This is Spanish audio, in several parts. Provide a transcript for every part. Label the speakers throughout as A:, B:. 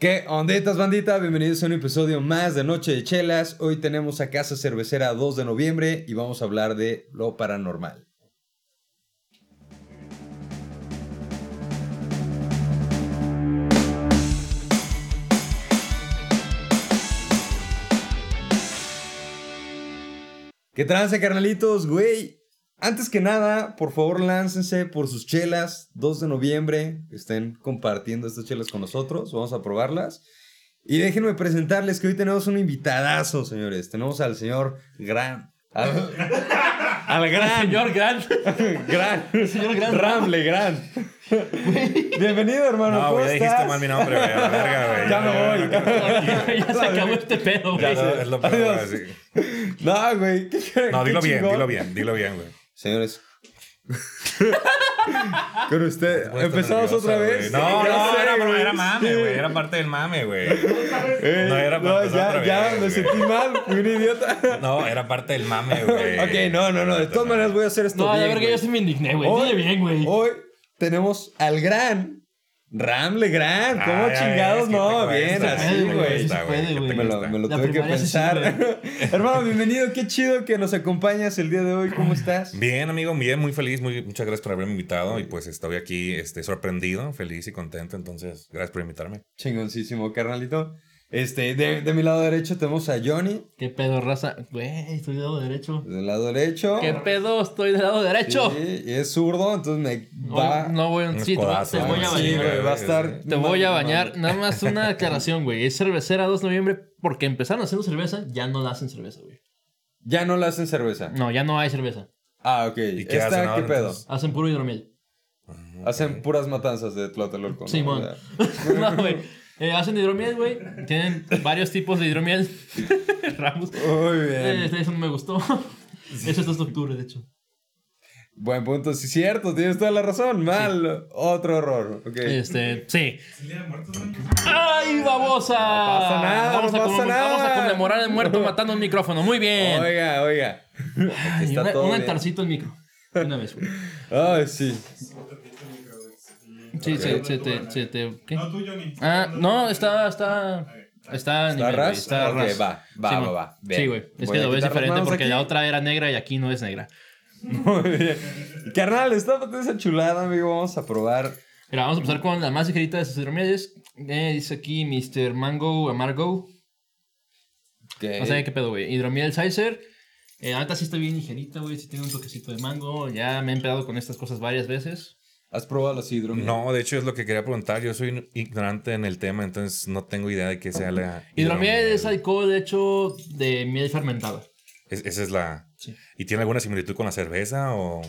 A: ¿Qué onditas, bandita? Bienvenidos a un episodio más de Noche de Chelas. Hoy tenemos a Casa Cervecera 2 de noviembre y vamos a hablar de lo paranormal. ¿Qué trance, carnalitos, güey? Antes que nada, por favor, láncense por sus chelas. 2 de noviembre, estén compartiendo estas chelas con nosotros. Vamos a probarlas. Y déjenme presentarles que hoy tenemos un invitadazo, señores. Tenemos al señor Gran. Al, al gran.
B: Señor Grant.
A: Gran.
B: Señor Gran.
A: Ramble Gran. Bienvenido, hermano.
C: No,
A: ¿Cómo
C: güey, ya dijiste
A: estás?
C: mal mi nombre, güey. a la verga, güey.
A: Ya me
C: no,
A: voy.
B: ya se acabó este pedo, güey.
C: Ya no, es lo peor, güey,
A: Adiós.
C: sí.
A: No, güey. ¿qué- qué-
C: No,
A: qué
C: dilo bien,
A: chingón.
C: dilo bien, dilo bien, güey.
A: Señores. Con usted.
C: Puedes estar
A: Empezamos
C: nerviosa,
A: otra
C: güey.
A: vez.
C: No,
A: Ya
C: no,
A: sé,
C: era,
A: güey.
C: era mame, güey. Era parte del mame, güey.
A: Eh,
C: No, era para empezar
A: ya,
C: otra
A: ya
C: vez,
A: me
C: güey.
A: sentí mal, fui un idiota.
C: No, era parte del mame, güey.
A: ok, no, no, no. De todas maneras voy a hacer esto
B: No, la
A: bien.
B: verga,
A: güey.
B: yo sí me indigné, güey.
A: Hoy-
B: Dile bien, güey.
A: Hoy tenemos al gran Ram Legrand. ¿Cómo
C: Ay, ay,
A: chingados?
C: es Ah, que
A: no,
C: te cuesta,
A: bien, así,
C: güey, te
A: güey.
C: cuesta,
B: puede,
C: ¿qué
B: güey.
C: te
A: Me lo,
C: cuesta?
A: me lo
B: La
A: tuve que
B: primaria sí
A: pensar. Hermano, bienvenido. Qué chido que nos acompañas el día de hoy. ¿Cómo estás?
C: Bien, amigo, bien, muy feliz. Muy, muchas gracias por haberme invitado. Y pues estoy aquí este, sorprendido, feliz y contento. Entonces, gracias por invitarme.
A: Chingoncísimo, carnalito. Este, de, de mi lado derecho tenemos a Johnny. pues,
B: ¿Qué pedo, raza? Güey, estoy del lado derecho.
A: Del lado derecho.
B: ¿Qué pedo? Estoy del lado derecho.
A: Sí, y es zurdo, entonces me va.
B: No, no, güey.
C: Unos
B: Sí, te, va-
C: codazos,
B: te voy a
A: Sí,
C: ¿no? bañar.
A: güey,
B: bañar.
A: va a estar.
B: Te voy a
A: no, no,
B: bañar. Nada más una aclaración, güey. Es cervecera 2 de noviembre porque empezaron haciendo cerveza, ya no la hacen cerveza, güey.
A: Ya no la hacen cerveza.
B: No, ya no hay cerveza.
A: Ah, ok.
C: ¿Y qué
A: Esta,
C: hacen
A: ¿Qué
C: ahora,
A: pedo?
C: entonces?
B: Hacen puro hidromiel.
A: Hacen puras matanzas de Tlatelolco. ¿no? O
B: Simón.
A: sea,
B: no, güey. Eh, hacen hidromiel, güey. Tienen varios tipos de hidromiel. Ramos.
A: Muy
B: Eh,
A: bien.
B: este, eso no me gustó. Eso es 2 de octubre, de hecho.
A: Buen punto. Sí, cierto, tienes toda la razón. Mal. Otro error. Ok.
B: Este, sí. ¡Ay, babosa! No
A: pasa nada,
B: vamos
A: no
B: a
A: pasa
B: conmem-
A: nada.
B: Vamos a conmemorar el muerto matando un micrófono. Muy bien.
A: Oiga, oiga.
B: Ay,
A: Aquí está
B: una-
A: todo
B: un
A: bien.
B: altarcito al micro. Una vez, güey.
A: Ay, sí.
B: Sí, se, se te, se te- ¿Qué?
D: No, tú, Johnny.
B: Ah, no, está, está. Está
A: ¿Está
B: nivel, güey,
A: ras?
B: Está
A: Ok,
B: ras.
A: va, va,
B: Sí,
A: va,
B: mo-
A: va. Bien.
B: Sí, güey. Es
A: Voy
B: que
A: a
B: lo ves
A: quitar las
B: diferente
A: manos
B: porque
A: aquí.
B: la otra era negra y aquí no es negra.
A: Muy bien. Carnal, estápate esa chulada, amigo. Vamos a probar.
B: Mira, vamos a empezar con la más ligerita de sus hidromiales. Eh, dice aquí Mr. Mango Amargo.
A: que-
B: No sé qué pedo, güey. Hidromiel Sizer. Eh, la neta sí está bien ligerita, güey. Sí tiene un toquecito de mango. Ya me he empedado con estas cosas varias veces.
A: ¿Has probado los hidromiel?
C: No, de hecho es lo que quería preguntar. Yo soy ignorante en el tema, entonces no tengo idea de qué sea la.
B: Hidromiel es alcohol hecho de miel fermentada.
C: Es- esa es la.
B: Sí.
C: ¿Y tiene alguna similitud con la cerveza o.?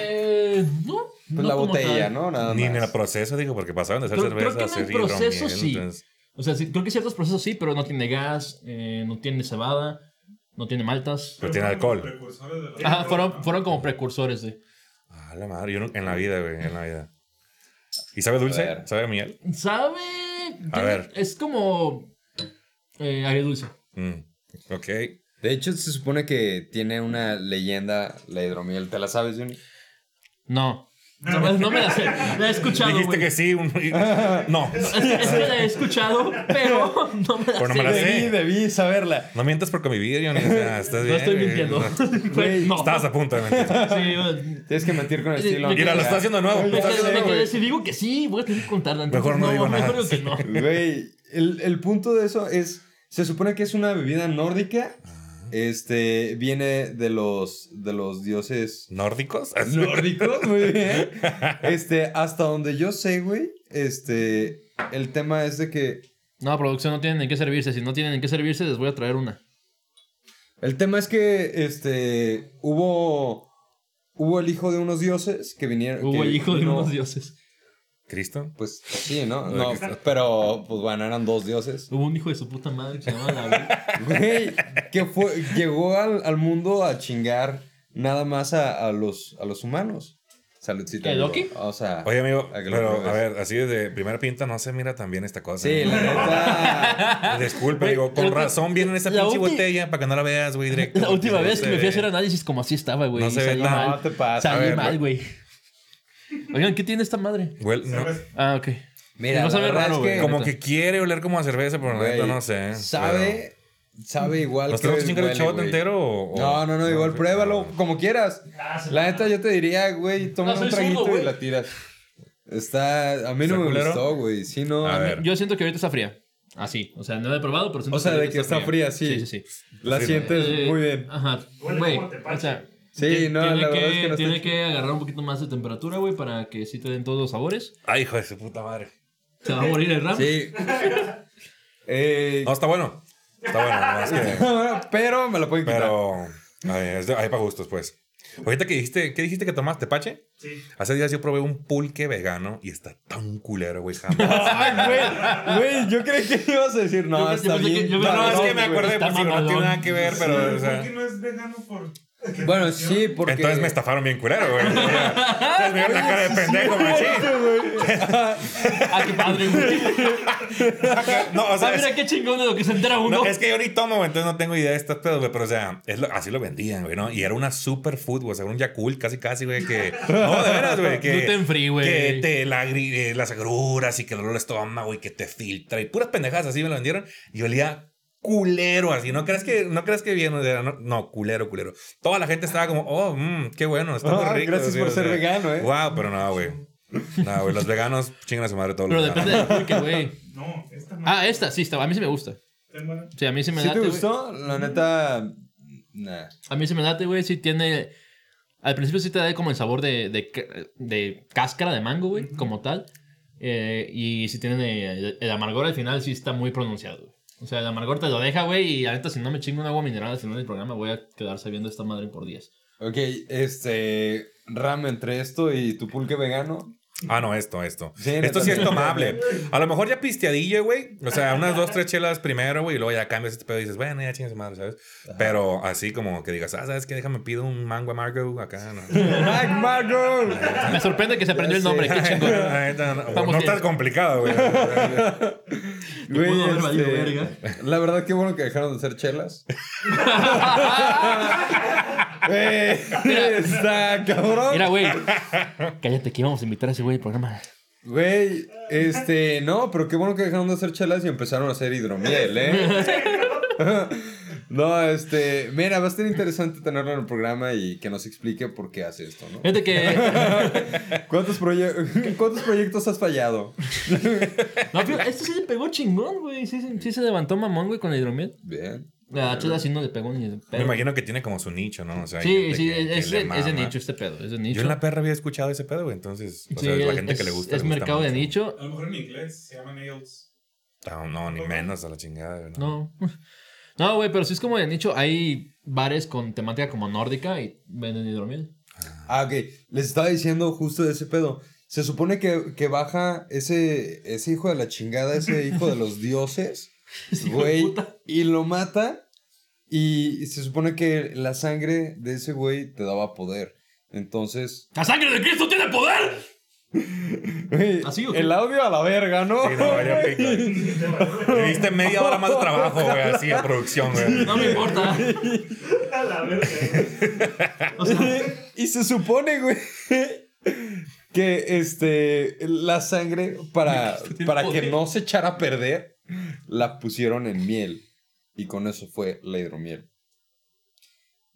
B: Eh, no.
A: Pues
B: no
A: la
B: como
A: botella,
B: tal.
A: ¿no? Nada
C: Ni en
A: más.
C: el proceso, digo, porque pasaron de hacer
B: Creo- creo
C: cerveza
B: que
C: a
B: en el
C: hacer
B: proceso
C: hidromiel.
B: sí.
C: entonces-
B: O sea, sí, creo que ciertos procesos sí, pero no tiene gas, eh, no tiene cebada, no tiene maltas.
C: Pero tiene alcohol.
D: Precursores de la-
B: Ajá, fueron, fueron como precursores de.
C: Ah, la madre. Yo no- en la vida, güey, en la vida. ¿Y sabe dulce?
A: ver.
C: ¿Sabe a miel?
B: ¿Sabe?
C: A ver.
B: Es como. Eh, agridulce.
C: Mm, Ok.
A: De hecho, se supone que tiene una leyenda la hidromiel. ¿Te la sabes, Johnny?
B: No. No, me- no me la sé. La he escuchado.
C: Dijiste
B: güey.
C: que sí. un- No.
B: Es que, es que la he escuchado, pero no me la
C: Pero no
B: sé.
C: me la sé.
A: Debí, debí saberla.
C: No mientas por convivir, Johnny. O sea, estás
B: No
C: bien,
B: estoy
C: güey.
B: mintiendo. Fue- no.
C: Estabas a punto de mentir.
B: Sí, yo-
A: Tienes que mentir con el estilo.
B: me-
C: Mira, lo está haciendo de nuevo. Lo
B: me
C: está
B: quedé-
C: haciendo de
B: me
C: nuevo.
B: quedé, si digo que sí, voy a tener que contarla. entonces
C: Mejor no digo nada.
B: Mejor digo que no.
A: Güey, el, el punto de eso es, se supone que es una bebida nórdica.
C: Ah.
A: Este, viene de los, de los dioses
C: ¿Nórdicos?
A: nórdicos, muy bien. Este, hasta donde yo sé, güey, este, el tema es de que,
B: No, producción, no tienen en qué servirse. Si no tienen en qué servirse, les voy a traer una.
A: el tema es que, este, hubo, hubo el hijo de unos dioses que vinieron.
B: Hubo
A: que
B: el hijo de
A: vino-
B: unos dioses.
C: ¿Cristo?
A: Pues sí, ¿no? No, pero, pues bueno, eran dos dioses.
B: Hubo un hijo de su puta madre que se llamaba David.
A: Güey, que fue, llegó al, al mundo a chingar nada más a, a los, a los humanos. Saludcita.
B: ¿Qué,
A: amigo.
B: Loki?
A: O sea.
C: Oye, amigo,
A: a que lo
C: pero a
A: pruebes.
C: ver, así de primera pinta no se mira tan bien esta cosa. ¿eh?
A: Sí, la neta.
C: Disculpe, digo,
B: Lo
C: con
B: que-
C: razón viene en esa
B: la
C: pinche
B: ulti-
C: botella para que no la veas, güey, directo.
B: La última
C: No
B: vez
C: se
B: que me fui a
C: ve.
B: hacer análisis, como así estaba, güey.
C: No
B: y
C: se ve
B: salió
C: nada.
B: mal.
A: No te pases.
C: A
B: Salí
C: ver,
B: mal,
C: no.
B: güey. Oigan, ¿qué tiene esta madre?
C: Huele- no.
D: Cerveza.
B: Ah, ok.
A: Mira,
B: No
A: la
B: sabe
A: verdad
B: raro,
A: es
B: güey.
A: que
C: Como que quiere oler como a cerveza, pero la
A: güey,
C: neta no sé. ¿eh? pero-
A: Sabe, sabe igual
C: ¿Nos tenemos que chingar el
A: huele,
C: shot
A: güey.
C: entero o, o-
A: No, no, no, igual
C: sí,
A: pruébalo,
C: no.
A: como quieras.
B: Ah, se
A: La
B: va.
A: neta yo te diría, güey, toma
B: No,
A: un
B: soy
A: traguito
B: zurdo,
A: y
B: güey.
A: la tiras. Está, a mí
C: ¿Está
A: no me
C: culero?
A: gustó, güey. Sí, no.
C: A
A: a mí-
C: ver.
B: Yo siento que ahorita está fría. Así. O sea, no la he probado, pero siento
A: O sea, de
B: ahorita
A: que está fría, sí.
B: Sí, sí, sí.
A: La
C: Sí,
A: sientes
B: Eh,
A: muy bien.
B: Ajá.
D: Huele
B: Güey,
D: como tepache.
B: o sea,
A: Sí,
B: ti-
A: no,
B: tiene
A: la verdad es que no
B: Tiene
A: está-
B: que agarrar un poquito más de temperatura, güey, para que sí te den todos los sabores.
C: Ay, hijo de su puta madre.
B: Se va a morir el ram.
A: Sí. Eh,
C: No, está bueno. Está bueno, nada más que.
A: bueno, pero me la pueden quitar.
C: Pero. Ay, es de- ay, para gustos, pues. Ahorita que dijiste, ¿qué dijiste que tomaste, Pache?
D: Sí.
C: Hace días yo probé un pulque vegano y está tan culero, güey. Jamás.
A: Ay, güey, güey, yo creí que ibas a decir, no,
B: Yo pensé-
A: está
B: yo pensé
A: bien.
B: que- yo
C: No,
B: pensé
C: no, es que me
A: güey.
C: acordé,
B: Está
C: pues digo, no
B: mamalón.
C: tiene nada que ver, pero. o sea,
D: ¿Por qué no es vegano por.?
A: Bueno, sí, porque...
C: entonces me estafaron bien culero, güey. O sea, ustedes me vieron la cara de pendejo, machín.
B: Ah, qué padre, güey.
C: No, o
B: Ah,
C: sea, es-
B: mira qué chingón de lo que se entera uno.
C: No, es que yo ni tomo, güey, entonces no tengo idea de estas pedos, güey. Pero, o sea, es lo- así lo vendían, güey, ¿no? Y era una superfood, güey. O sea, era un Yakult casi, casi, güey, que... No, de veras, güey. que-
B: Gluten free, güey.
C: Que te la, agri- eh, las agruras y que el olor al estómago güey, que te filtra. Y puras pendejadas así me lo vendieron. Y olía culero así. ¿No crees que, no crees que bien? o sea, no, no, culero, culero. Toda la gente estaba como, oh, mm, qué bueno, está muy
A: Ah,
C: rico.
A: gracias por ser vegano, eh.
C: Wow, pero no, güey. No, güey, los veganos chingan a su madre todos
B: Pero
C: los
B: depende
C: días.
B: del pulque, güey.
D: No, esta no.
B: Ah, esta, sí, está, a mí sí me gusta.
D: Está buena.
B: Sí, a mí sí me
A: ¿Sí
B: late.
A: te
B: güey.
A: gustó? La neta... Nah.
B: A mí se me late, güey. Sí tiene. Al principio sí te da como el sabor de, de, ca- de cáscara de mango, güey, como tal. Eh, y sí tiene el, el amargor al final, sí está muy pronunciado, güey. O sea, el amargor te lo deja, güey. Y ahorita, si no me chingo un agua mineral al final del programa, voy a quedar sabiendo esta madre por días.
A: Ok, este... Ram, entre esto y tu pulque vegano...
C: Ah, no, esto, esto.
A: Sí,
C: esto
A: neta,
C: sí es
A: neta.
C: tomable. A lo mejor ya pisteadillo, güey. O sea, unas dos, tres chelas primero, güey. Y luego ya cambias este pedo y dices, bueno, ya chingas madre, ¿sabes? Pero así como que digas, ah, ¿sabes qué? Déjame pido un mango amargo acá. No,
A: ¡Mike Margot!
B: Me sorprende que se aprendió el
A: sé.
B: nombre, qué chingón.
C: La neta, no,
B: Estamos
C: no
B: bien.
C: tan complicado, güey.
A: Güey,
B: pudo haber valido
A: este,
B: verga.
A: La verdad, qué bueno que dejaron de hacer chelas. Güey, está cabrón.
B: Mira, güey. Cállate, que íbamos a invitar a ese güey al programa.
A: Güey, este, no, pero qué bueno que dejaron de hacer chelas y empezaron a hacer hidromiel, ¿eh? No, este, mira, va a ser interesante tenerlo en el programa y que nos explique por qué hace esto, ¿no?
B: Fíjate que.
A: ¿Cuántos, proye- ¿cuántos proyectos has fallado?
B: No, fíjate, este sí le pegó chingón, güey. Sí, se- sí se levantó mamón, güey, con la hidromiel.
A: Bien.
B: La chela sí no le pegó ni de pedo.
C: Me imagino que tiene como su nicho, ¿no? O sea, hay
B: Sí,
C: gente
B: sí,
C: que- que
B: es,
C: le
B: es
C: mama.
B: de nicho este pedo, es de nicho.
C: Yo en la perra había escuchado ese pedo, güey. Entonces, o
B: Sí,
C: sea, la
B: es-
C: gente que le gusta.
B: Es
C: le gusta
B: mercado de
C: mucho.
B: nicho.
D: A lo mejor en inglés se llaman ales.
C: No, no, ni menos a la chingada, güey, ¿no?
B: No. No, güey, pero sí es como de nicho. Hay bares con temática como nórdica y venden hidromiel.
A: Ah, ok. Les estaba diciendo justo de ese pedo. Se supone que, que baja ese, ese hijo de la chingada, ese hijo de los dioses,
B: Ese hijo de
A: güey,
B: puta.
A: y lo mata. Y se supone que la sangre de ese güey te daba poder. Entonces,
B: ¡La sangre de Cristo tiene poder!
A: güey,
B: ¿Así o qué?
A: el audio a la verga, ¿no?
C: Sí, no, valió pito, güey. Le diste media hora más de trabajo, güey, así a producción, güey.
B: No me importa.
D: A la verga. güey.
B: O sea,
A: y se supone, güey, que este, la sangre, para,
B: tiene
A: para que
B: poder.
A: no se echara a perder, la pusieron en miel. Y con eso fue la hidromiel.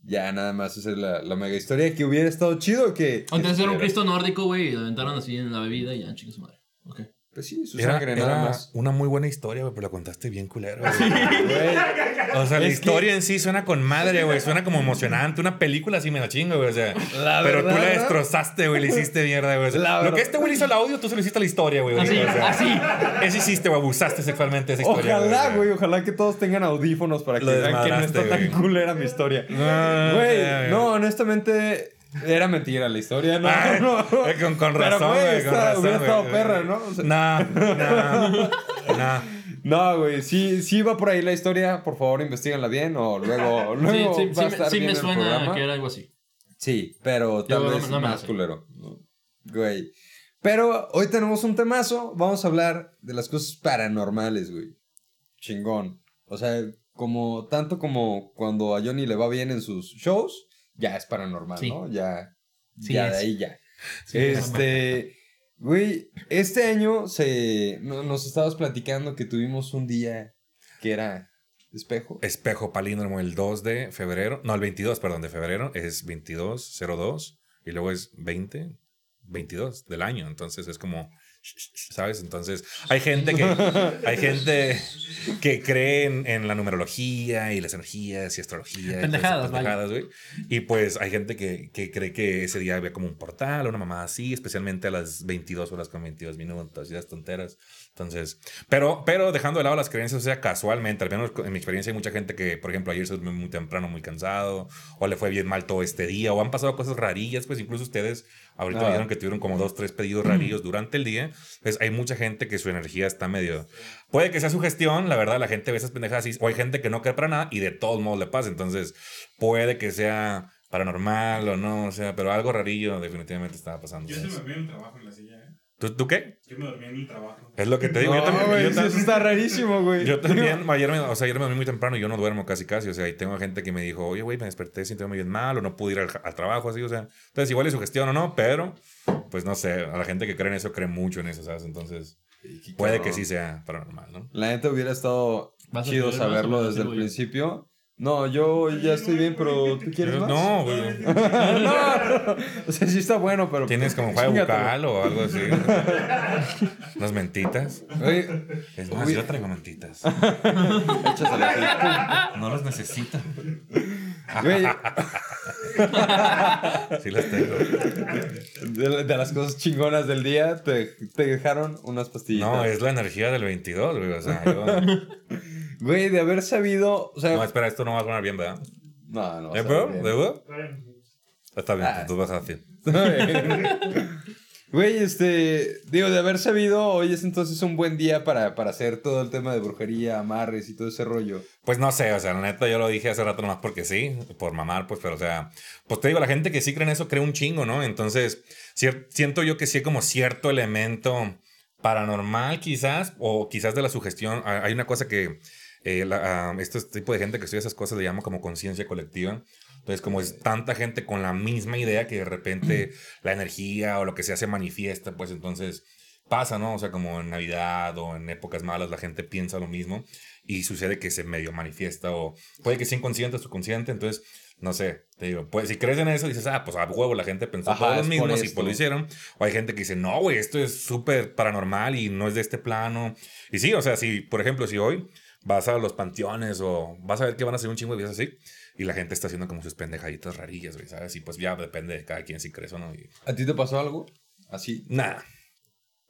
A: Ya nada más esa es la, la mega historia que hubiera estado chido que...
B: antes era un Cristo nórdico, güey, y lo aventaron así en la bebida y ya, chingue su madre. Ok.
A: Pues sí, su
C: Era,
A: sangre
C: era
A: nada más.
C: una muy buena historia, güey, pero la contaste bien culero. güey.
A: Güey,
C: O sea, la
A: Es que-
C: historia en sí suena con madre, güey. Suena como emocionante. Una película así me la chingo, güey. O sea,
A: La
C: pero tú la
A: verdad-
C: destrozaste, güey. Le hiciste mierda, güey. O sea,
A: La
C: lo
A: verdad-
C: que este güey le hizo al audio, tú se lo hiciste a la historia, güey.
B: Así,
C: O sea,
B: así.
C: Eso hiciste, güey. Abusaste sexualmente de esa historia.
A: Ojalá, güey, ojalá que todos tengan audífonos para que
C: Lo
A: vean que no
C: desmadraste,
A: está tan
C: güey.
A: culera mi historia.
C: Ah,
A: Güey,
C: ya,
A: no, honestamente era mentira la historia, no,
C: Ah,
A: no.
C: eh, Con, con
A: Pero,
C: razón,
A: güey,
C: güey. Con
A: está-
C: razón.
A: hubiera
C: güey.
A: estado perra, ¿no? O sea-
C: Nah, nah, nah.
A: No, güey, sí, sí va por ahí la historia, por favor, investiguenla bien o luego,
B: Sí,
A: luego
B: sí,
A: va
B: sí,
A: a
B: me-
A: estar
B: sí
A: bien
B: me
A: el
B: suena
A: programa.
B: que era algo así.
A: Sí, pero tal
B: no me-
A: vez
B: no me la
A: más
B: sé.
A: culero, ¿no? güey. Pero hoy tenemos un temazo, vamos a hablar de las cosas paranormales, güey. Chingón. O sea, como tanto como cuando a Johnny le va bien en sus shows, ya es paranormal,
B: Sí.
A: ¿no? Ya
B: Sí
A: ya
B: es.
A: de ahí ya.
B: Sí,
A: este, Güey, este año se, no- nos estabas platicando que tuvimos un día que era espejo.
C: Espejo Palíndromo el 2 de febrero. No, el 22, perdón, de febrero. Es 2202. Y luego es 20, 22 del año. Entonces es como. ¿Sabes? Entonces hay gente que. Hay gente que cree en, en la numerología y las energías y astrología. y todas esas
B: Pendejadas, vaya.
C: pendejadas, güey. Y pues hay gente que, que cree que ese día había como un portal, una mamá así, especialmente a las 22 horas con 22 minutos y las tonteras. Entonces, pero, pero dejando de lado las creencias, o sea, casualmente, al menos en mi experiencia hay mucha gente que, por ejemplo, ayer se durmió muy temprano, muy cansado, o le fue bien mal todo este día, o han pasado cosas rarillas, pues incluso ustedes ahorita
A: Ah. Mm.
C: dijeron que tuvieron como dos, tres pedidos rarillos durante el día. Pues hay mucha gente que su energía está medio... Puede que sea su gestión, la verdad, la gente ve esas pendejadas y- o hay gente que no cree para nada y de todos modos le pasa. Entonces, puede que sea paranormal o no, o sea, pero algo rarillo definitivamente estaba pasando.
D: Yo se me dormí en el trabajo en la silla, ¿eh?
C: ¿Tú, tú qué?
D: Yo me dormí en el trabajo.
C: Es lo que te digo. yo
A: No,
C: también,
A: güey,
C: yo
A: eso
C: tam-
A: está rarísimo, güey.
C: yo también, ayer me, o sea, ayer me dormí muy temprano y yo no duermo casi casi, o sea, y tengo gente que me dijo, oye, güey, me desperté sintiéndome bien mal o no pude ir al, al trabajo, así, o sea, entonces igual es su gestión o no, pero, pues no sé, a la gente que cree en eso cree mucho en eso, ¿sabes? Entonces, puede que sí sea paranormal, ¿no?
A: La neta hubiera estado
B: Vas a
A: chido
B: querer más, o
A: saberlo
B: vas a
A: desde el
B: hacer, güey.
A: principio. No, yo ya estoy bien, pero ¿tú quieres más?
C: No, güey.
A: no. O sea, sí está bueno, pero...
C: ¿Tienes como juego
A: Chíngatelo.
C: bucal o algo así? Unas mentitas.
A: Oye,
C: Es más,
A: Uy.
C: yo traigo mentitas.
A: échaselo así.
C: No las necesito.
A: Güey,
C: Sí las tengo.
A: de, de las cosas chingonas del día, te, te dejaron unas pastillitas.
C: No, es la energía del 22, güey. O sea, yo...
A: Güey, de haber sabido... O sea...
C: No, espera, esto no va a sonar bien, ¿verdad?
A: No, no. va a
C: ¿Eh,
A: ser
C: bro?
A: bien.
C: ¿De verdad?
D: Ryan,
C: Está bien,
A: Ah.
C: tú vas a decir.
A: Güey, este, digo, de haber sabido, hoy es entonces un buen día para, para hacer todo el tema de brujería, amarres y todo ese rollo.
C: Pues no sé, o sea, la neta yo lo dije hace rato nomás porque sí, por mamar, pues, pero o sea, pues te digo, la gente que sí cree en eso cree un chingo, ¿no? Entonces, cier- siento yo que sí hay como cierto elemento paranormal quizás, o quizás de la sugestión. Ah, Hay una cosa que eh, la- ah, este tipo de gente que estudia esas cosas le llama como conciencia colectiva. Entonces, como es tanta gente con la misma idea que de repente la energía o lo que sea se manifiesta, pues entonces pasa, ¿no? O sea, como en Navidad o en épocas malas la gente piensa lo mismo y sucede que se medio manifiesta o puede que sea inconsciente o subconsciente, entonces, no sé, te digo, pues si crees en eso dices, ah, pues a huevo, la gente pensó
A: Ajá,
C: todos
A: es
C: los
A: por
C: mismos y
A: esto.
C: pues lo hicieron, o hay gente que dice, no, güey, esto es súper paranormal y no es de este plano, y sí, o sea, si, por ejemplo, si hoy vas a los panteones o vas a ver que van a hacer un chingo de videos así y la gente está haciendo como sus pendejaditas rarillas, güey, ¿sabes? Y pues ya depende de cada quien si crees o no. y-
A: ¿A ti te pasó algo? Así.
C: Nada.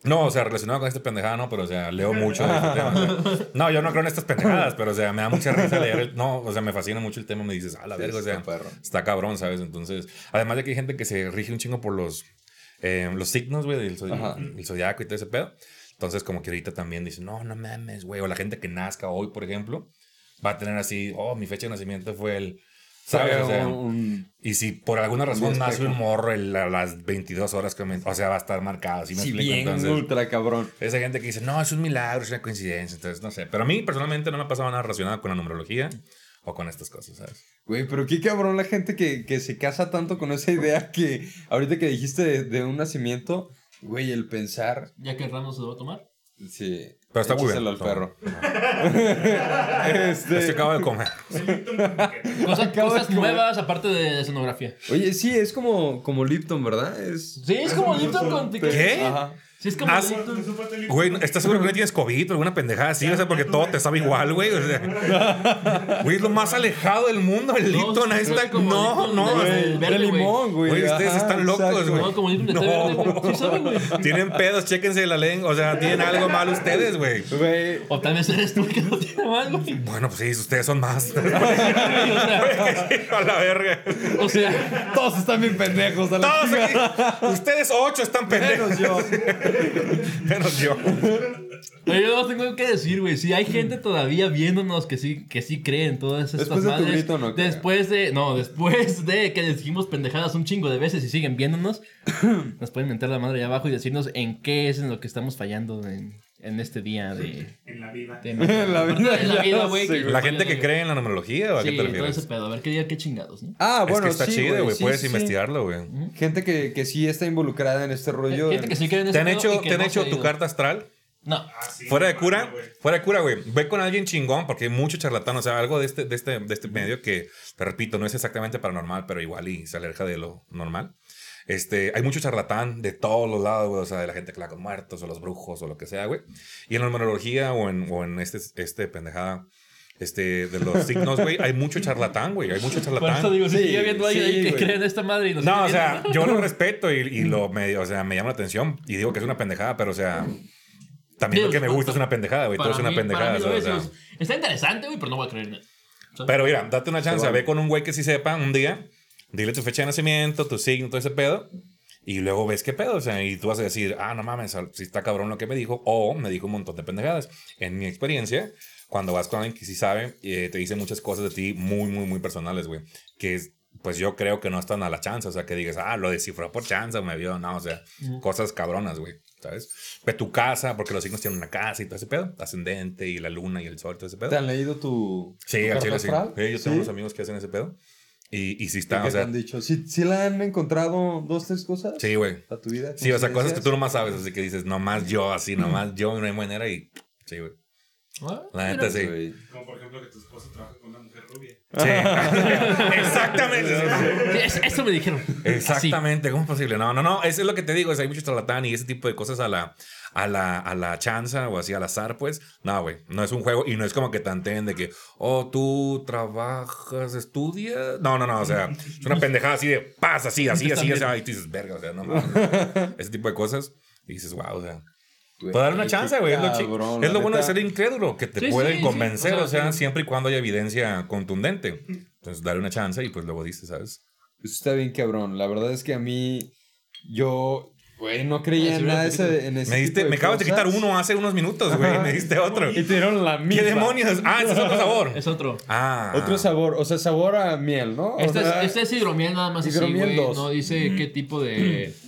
C: No, o sea, relacionado con este pendejada, no, pero o sea, leo mucho de este tema. o sea. no, yo no creo en estas pendejadas, pero o sea, me da mucha risa leer. el- no, o sea, me fascina mucho el tema. Me dices, a la verga, o sea,
A: Está perro.
C: está cabrón, ¿sabes? Entonces, además de que hay gente que se rige un chingo por los, eh, los signos, güey, del zodi-
A: Ajá.
C: el zodiaco y todo ese pedo. Entonces, como que ahorita también dicen, no, no mames, güey. O la gente que nazca hoy, por ejemplo, va a tener así, oh, mi fecha de nacimiento fue el. ¿Sabes? O sea,
A: Un-
C: y si por alguna razón
A: Un
C: nace
A: espejo.
C: un morro el- a las 22 horas, que me- o sea, va a estar marcado. ¿sí me
A: si
C: explico?
A: bien
C: Entonces,
A: ultra cabrón.
C: esa gente que dice, no, es un milagro, es una coincidencia. Entonces, no sé. Pero a mí personalmente no me ha pasado nada relacionado con la numerología o con estas cosas, ¿sabes?
A: Güey, pero qué cabrón la gente que, que se casa tanto con esa idea que ahorita que dijiste de, de un nacimiento, güey, el pensar.
B: Ya que Ramos se lo va a tomar.
A: Sí.
C: Pero está muy bien.
A: Échaselo al
C: Toma.
A: perro.
C: Ajá.
A: Este-
C: Es que acabo de comer.
D: Wellington Coquete.
B: Cosas,
A: Acabo de
B: cosas
A: comer.
B: nuevas aparte de escenografía.
A: Oye, sí, es como, como Lipton, ¿verdad? Es.
B: Sí, es como Lipton con
C: ¿Qué?
A: Ajá.
B: Sí, es como
C: Ah, sí.
D: Te
B: Lipton.
D: supo a Wellington.
C: Güey, ¿estás seguro que no tienes COVID o alguna pendejada así? O sea, porque todo te sabe igual, güey. O sea, güey, es lo más alejado del mundo, el
B: No,
C: Lipton. Ahí
B: es
C: está.
B: como
C: No,
B: Lipton
C: no.
B: de-
C: es-
B: El verde,
A: de limón, güey.
C: Güey, ustedes están locos, güey.
B: No, como Lipton de té verde, güey. Sí sabe, güey.
C: Tienen pedos, chéquense la lengua. O sea, tienen algo mal ustedes, güey.
A: Güey,
B: O tal vez eres tú el que no tiene mal, güey.
C: Bueno, pues sí, ustedes son más.
B: O sea,
C: a la verga.
B: o sea,
A: todos están bien pendejos. a la
C: Todos
A: chingada.
C: aquí. Ustedes ocho están pendejos.
A: Menos yo.
C: Menos yo.
B: yo no tengo que decir, güey. Sí, hay gente todavía viéndonos que sí, que sí creen todas estas
A: Después de tu
B: madres.
A: grito, no creo.
B: después de. No, después de que les dijimos pendejadas un chingo de veces y siguen viéndonos, nos pueden mentar la madre allá abajo y decirnos en qué es en lo que estamos fallando en, en en este día de...
D: En la vida.
B: de
A: La vida,
B: En la vida,
A: ya
B: güey.
A: sé, güey.
C: La gente que cree en la numerología, ¿o a
B: Sí,
C: qué te
B: todo ese
C: refieres?
B: pedo. A ver qué día, qué chingados, ¿no?
A: Ah,
C: es
A: bueno,
C: que está
A: sí,
C: chido, güey.
A: sí,
C: Puedes
A: sí.
C: investigarlo, güey.
A: Gente que, que sí está involucrada en este rollo.
B: Gente que sí cree en
C: ¿Te
B: ese
C: han
B: pedo
C: hecho,
B: y que
C: ¿te han
B: no se
C: hecho
B: ha
C: tu
B: ido.
C: carta astral?
B: No.
D: Ah, sí,
C: Fuera de
D: no,
C: cura,
D: güey.
C: fuera de cura, güey. Ve con alguien chingón, porque hay mucho charlatán, o sea, algo de este, de este, de este medio que, te repito, no es exactamente paranormal, pero igual y se aleja de lo normal. Este, hay mucho charlatán de todos los lados, güey, o sea, de la gente que la con muertos, o los brujos, o lo que sea, güey. Y en la numerología o en, o en este, este pendejada, este, de los signos, güey, hay mucho charlatán, güey, hay mucho
B: Por eso
C: charlatán.
B: digo, si
A: Sí,
B: sigue habiendo alguien
A: sí,
B: ahí que
A: güey.
B: cree en esta madre y no
C: No, o
B: sé
C: sea, yo lo respeto y, y lo medio, o sea, me llama la atención y digo que es una pendejada, pero o sea, también lo que me gusta es una pendejada, güey, todo es una pendejada,
B: lo
C: o sea,
B: es, es- está interesante, güey, pero no voy a creer en él.
C: Pero mira, date una chance,
A: Se vale.
C: ve con un güey que sí sepa un día, dile tu fecha de nacimiento, tu signo, todo ese pedo, y luego ves qué pedo, o sea, y tú vas a decir, ah, no mames, si está cabrón lo que me dijo, o me dijo un montón de pendejadas. En mi experiencia, cuando vas con alguien que sí sabe, eh, te dice muchas cosas de ti muy, muy, muy personales, güey, que es- Pues yo creo que no están a la chance, o sea, que digas, ah, lo descifró por chance, me vio, no, o sea, cosas cabronas, güey, ¿sabes? Ve tu casa, porque los signos tienen una casa y todo ese pedo, ascendente y la luna y el sol, todo ese pedo.
A: ¿Te han leído tu.
C: Sí,
A: tu
C: al
A: carta
C: chile sí.
A: astral?
C: Sí, yo tengo
A: ¿Sí?
C: unos amigos que hacen ese pedo. Y, y
A: ¿Qué
C: sí está, o
A: te
C: sea.
A: han dicho? ¿Sí, sí la han encontrado dos, tres cosas?
C: Sí, güey.
A: A tu vida.
C: Sí, o sea, cosas que tú
A: coincidencias?
C: nomás sabes, así que dices, nomás yo, así, nomás yo, no hay manera y. Sí, güey.
A: Ah,
C: La neta sí.
A: Güey.
D: Como por ejemplo que tu esposo trabaja con una mujer rubia.
C: Sí. Exactamente.
B: Eso me dijeron.
C: Exactamente, ¿cómo es posible? No, no, no, eso es lo que te digo, es, hay mucho charlatán y ese tipo de cosas a la, a la, a la chanza o así al azar, pues. No, güey, no es un juego y no es como que tanteen de que, oh, tú trabajas, estudias. No, no, no, o sea, es una pendejada así de paz, así, así, así, o sea, y tú dices, verga, o sea, no mames. Ese tipo de cosas y dices, wow, o sea.
A: Güey,
C: Para dar una
A: qué
C: chance, güey. Es lo, chi-
A: cabrón,
C: es
A: la
C: lo bueno de
A: neta.
C: ser incrédulo, que te
B: Sí,
C: pueden
B: sí, sí,
C: convencer,
B: o sea,
C: o sea,
B: sí.
C: siempre y cuando haya evidencia contundente. Entonces, darle una chance y pues luego dices, ¿sabes?
A: Eso pues, está bien cabrón. La verdad es que a mí, yo, güey, no creía
B: Ah, sí,
A: en nada de
B: un poquito.
A: ese, en ese
C: Me diste,
A: tipo
C: me acabas de quitar
A: cosas.
C: uno hace unos minutos, güey.
A: Ajá.
C: Me diste otro.
A: Y te dieron la misma.
C: ¿Qué demonios? Ah, ese es otro sabor.
B: Es otro.
C: Ah.
A: Otro sabor, o sea, sabor a miel, ¿no? O
B: Este es,
A: sea,
B: este es hidromiel nada más así,
A: Hidromiel
B: güey.
A: dos. Mm.
B: No dice qué tipo de...
C: Mm.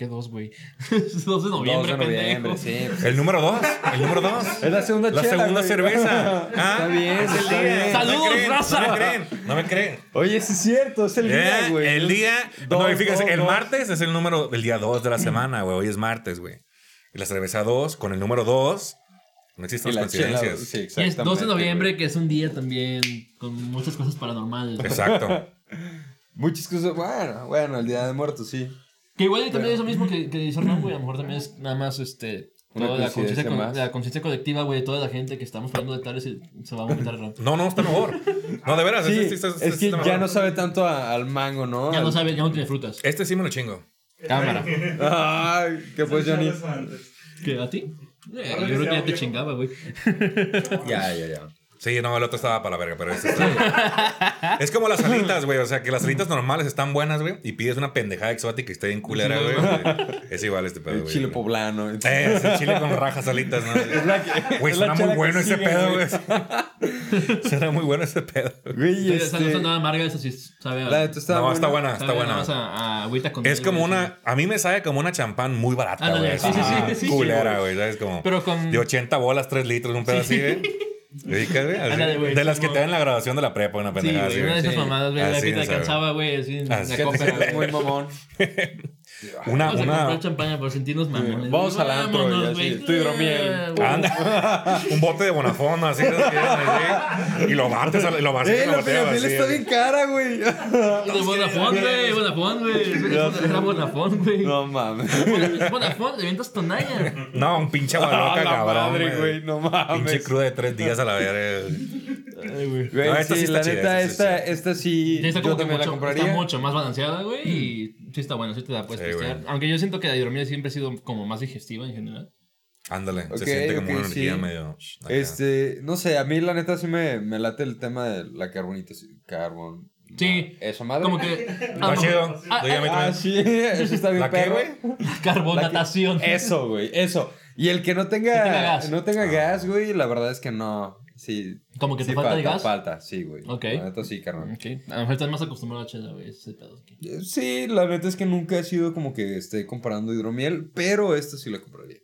B: ¿Qué dos, güey? Es 2 de noviembre,
A: 2 de noviembre,
B: pendejo.
A: sí. pues,
C: El número dos. El número dos.
A: Es la segunda
C: La
A: chela,
C: segunda
A: güey.
C: cerveza. Ah,
A: está bien,
C: es el
A: está
C: día.
A: bien.
B: Salud.
C: No me creen,
B: raza.
C: No me creen. No me creen.
A: Oye, sí es cierto, es el día,
C: Eh,
A: güey.
C: el día.
A: Dos,
C: no, y fíjense,
A: dos,
C: el
A: dos.
C: martes es el número del día 2 de la semana, güey. Hoy es martes, güey. Y la cerveza 2 con el número 2. No existen
A: Y
C: las
A: la chela,
C: coincidencias.
A: sí,
B: Y es
A: exactamente.
B: 2 de noviembre,
A: güey.
B: que es un día también con muchas cosas paranormales.
C: Exacto.
A: Muchas cosas, bueno, bueno, el día de muertos, sí.
B: Que igual y también es lo mismo que, que dice Hernán, güey. A lo mejor también es nada más este.
A: Mm. Una
B: Toda la
A: coincidencia
B: conciencia co-
A: más.
B: la conciencia colectiva, güey, de toda la gente que estamos poniendo detalles y se va a vomitar Hernán.
C: No, no, está mejor. No, de veras.
A: Sí,
C: este, este- este-
A: es que
C: este está
A: ya no
C: mejor.
A: sabe tanto a- al mango, ¿no?
B: Ya no
A: Al-
B: sabe, ya no tiene frutas.
C: Este sí me lo chingo.
B: Cámara.
A: Ay, que pues, Johnny.
D: Escuchabas antes.
B: ¿Qué? ¿A ti? Eh, yo creo que ya te chingaba, güey.
A: Ya, ya, ya.
C: Sí, no, el otro estaba para la verga, pero este está. es como las alitas, güey. O sea, que las alitas normales están buenas, güey. Y pides una pendejada exótica y está bien culera,
B: Sí,
C: güey.
B: güey.
C: Es igual este pedo,
A: El
C: güey.
A: chile poblano.
C: Eh, es el chile con rajas alitas, ¿no?
A: la que-
C: Güey,
A: es la
C: suena
A: chela
C: muy
A: que
C: bueno ese
A: sigue,
C: pedo,
A: güey.
C: güey. suena muy bueno ese pedo.
A: Güey,
B: Sí, Esa
A: este,
B: no está nada amarga, esa sí sabe a.
A: La de tu estaba
C: no, está buena,
B: sabe
C: está buena.
B: nada más a- a agüita con
C: Es
B: miel,
C: como
B: güey,
C: una. A mí me sabe como una champán muy barata,
B: Ándale,
C: güey.
B: sí,
C: así,
B: sí, sí,
C: ah,
B: sí, sí,
C: Culera,
B: sí,
C: güey. ¿Sabes? Como.
B: Pero con-
C: De 80 bolas, 3 litros, un pedo así, güey. Ubicas, güey, así.
B: Ándale, güey,
C: de las que
B: como-
C: te dan en la grabación de la prepa, una
B: Sí,
C: pendejada
B: güey,
C: así,
B: una de
C: güey.
B: esas mamadas, güey, la que
C: Así
B: te
C: no sabe.
B: alcanzaba, güey, así en
C: Así.
B: la
A: Gente
B: copa.
A: que es
B: güey.
A: muy mamón.
C: Una,
B: Vamos a
C: una,
B: comprar champaña por sentirnos mamones.
A: Vamos
B: güey.
A: al antro,
B: Vámonos,
A: ya, sí,
B: güey.
A: tu hidromiel.
B: Ah, güey.
C: Anda, un bote de bonafón, así, así, y lo bates, a la- y lo bates
A: Eh,
C: en
A: la
C: botella
A: Peñafiel
C: vacía,
A: está
C: güey.
A: bien cara, güey.
B: De Vodafone, güey. Vodafone, güey. Era Vodafone, güey.
A: No mames.
B: Vodafone, le vientas tonalla.
C: No, un pinche
A: Ah,
C: baloca,
A: la
C: cabrón.
A: madre,
C: güey.
A: güey, no
C: Pinche
A: mames.
C: cruda de tres días a la verga.
A: Güey,
C: No, esta
A: sí,
C: sí está
A: la neta,
C: chida, esta sí está
A: esta, esta sí,
B: Está
A: yo
B: como que
A: también la
B: mucho,
A: compraría. Mm.
B: está mucho más balanceada, güey. Y sí está bueno, sí te la puedes
C: Sí, güey.
B: testear. Aunque yo siento que la hidromiel siempre ha sido como más digestiva en general.
C: Ándale,
A: Ok,
C: se siente como
A: ok,
C: una energía
A: sí.
C: medio. acá.
A: Este, no sé, a mí la neta sí me, me late el tema de la carbonita, carbón.
B: Sí.
A: Eso madre.
B: Como que.
C: Está chido.
B: Ah,
C: Dígame tú,
A: Ah,
C: güey.
A: sí, eso está bien
C: ¿La qué,
A: perro.
C: güey?
B: Pues Carbonatación.
A: Eso, güey, eso. Y el que no tenga,
B: Que tenga gas.
A: no tenga
C: Ah.
A: gas, güey, la verdad es que no. Sí.
B: Como que te
A: sí
B: falta de gas.
A: Falta, sí, güey.
B: Ok.
A: La neta sí, carnal.
B: Ok. A lo mejor estás más acostumbrado a la chela, güey. Ese pedo. aquí.
A: Eh, Sí, la
C: Mm.
A: neta es que nunca he sido como que esté comparando hidromiel, pero esta sí la compraría.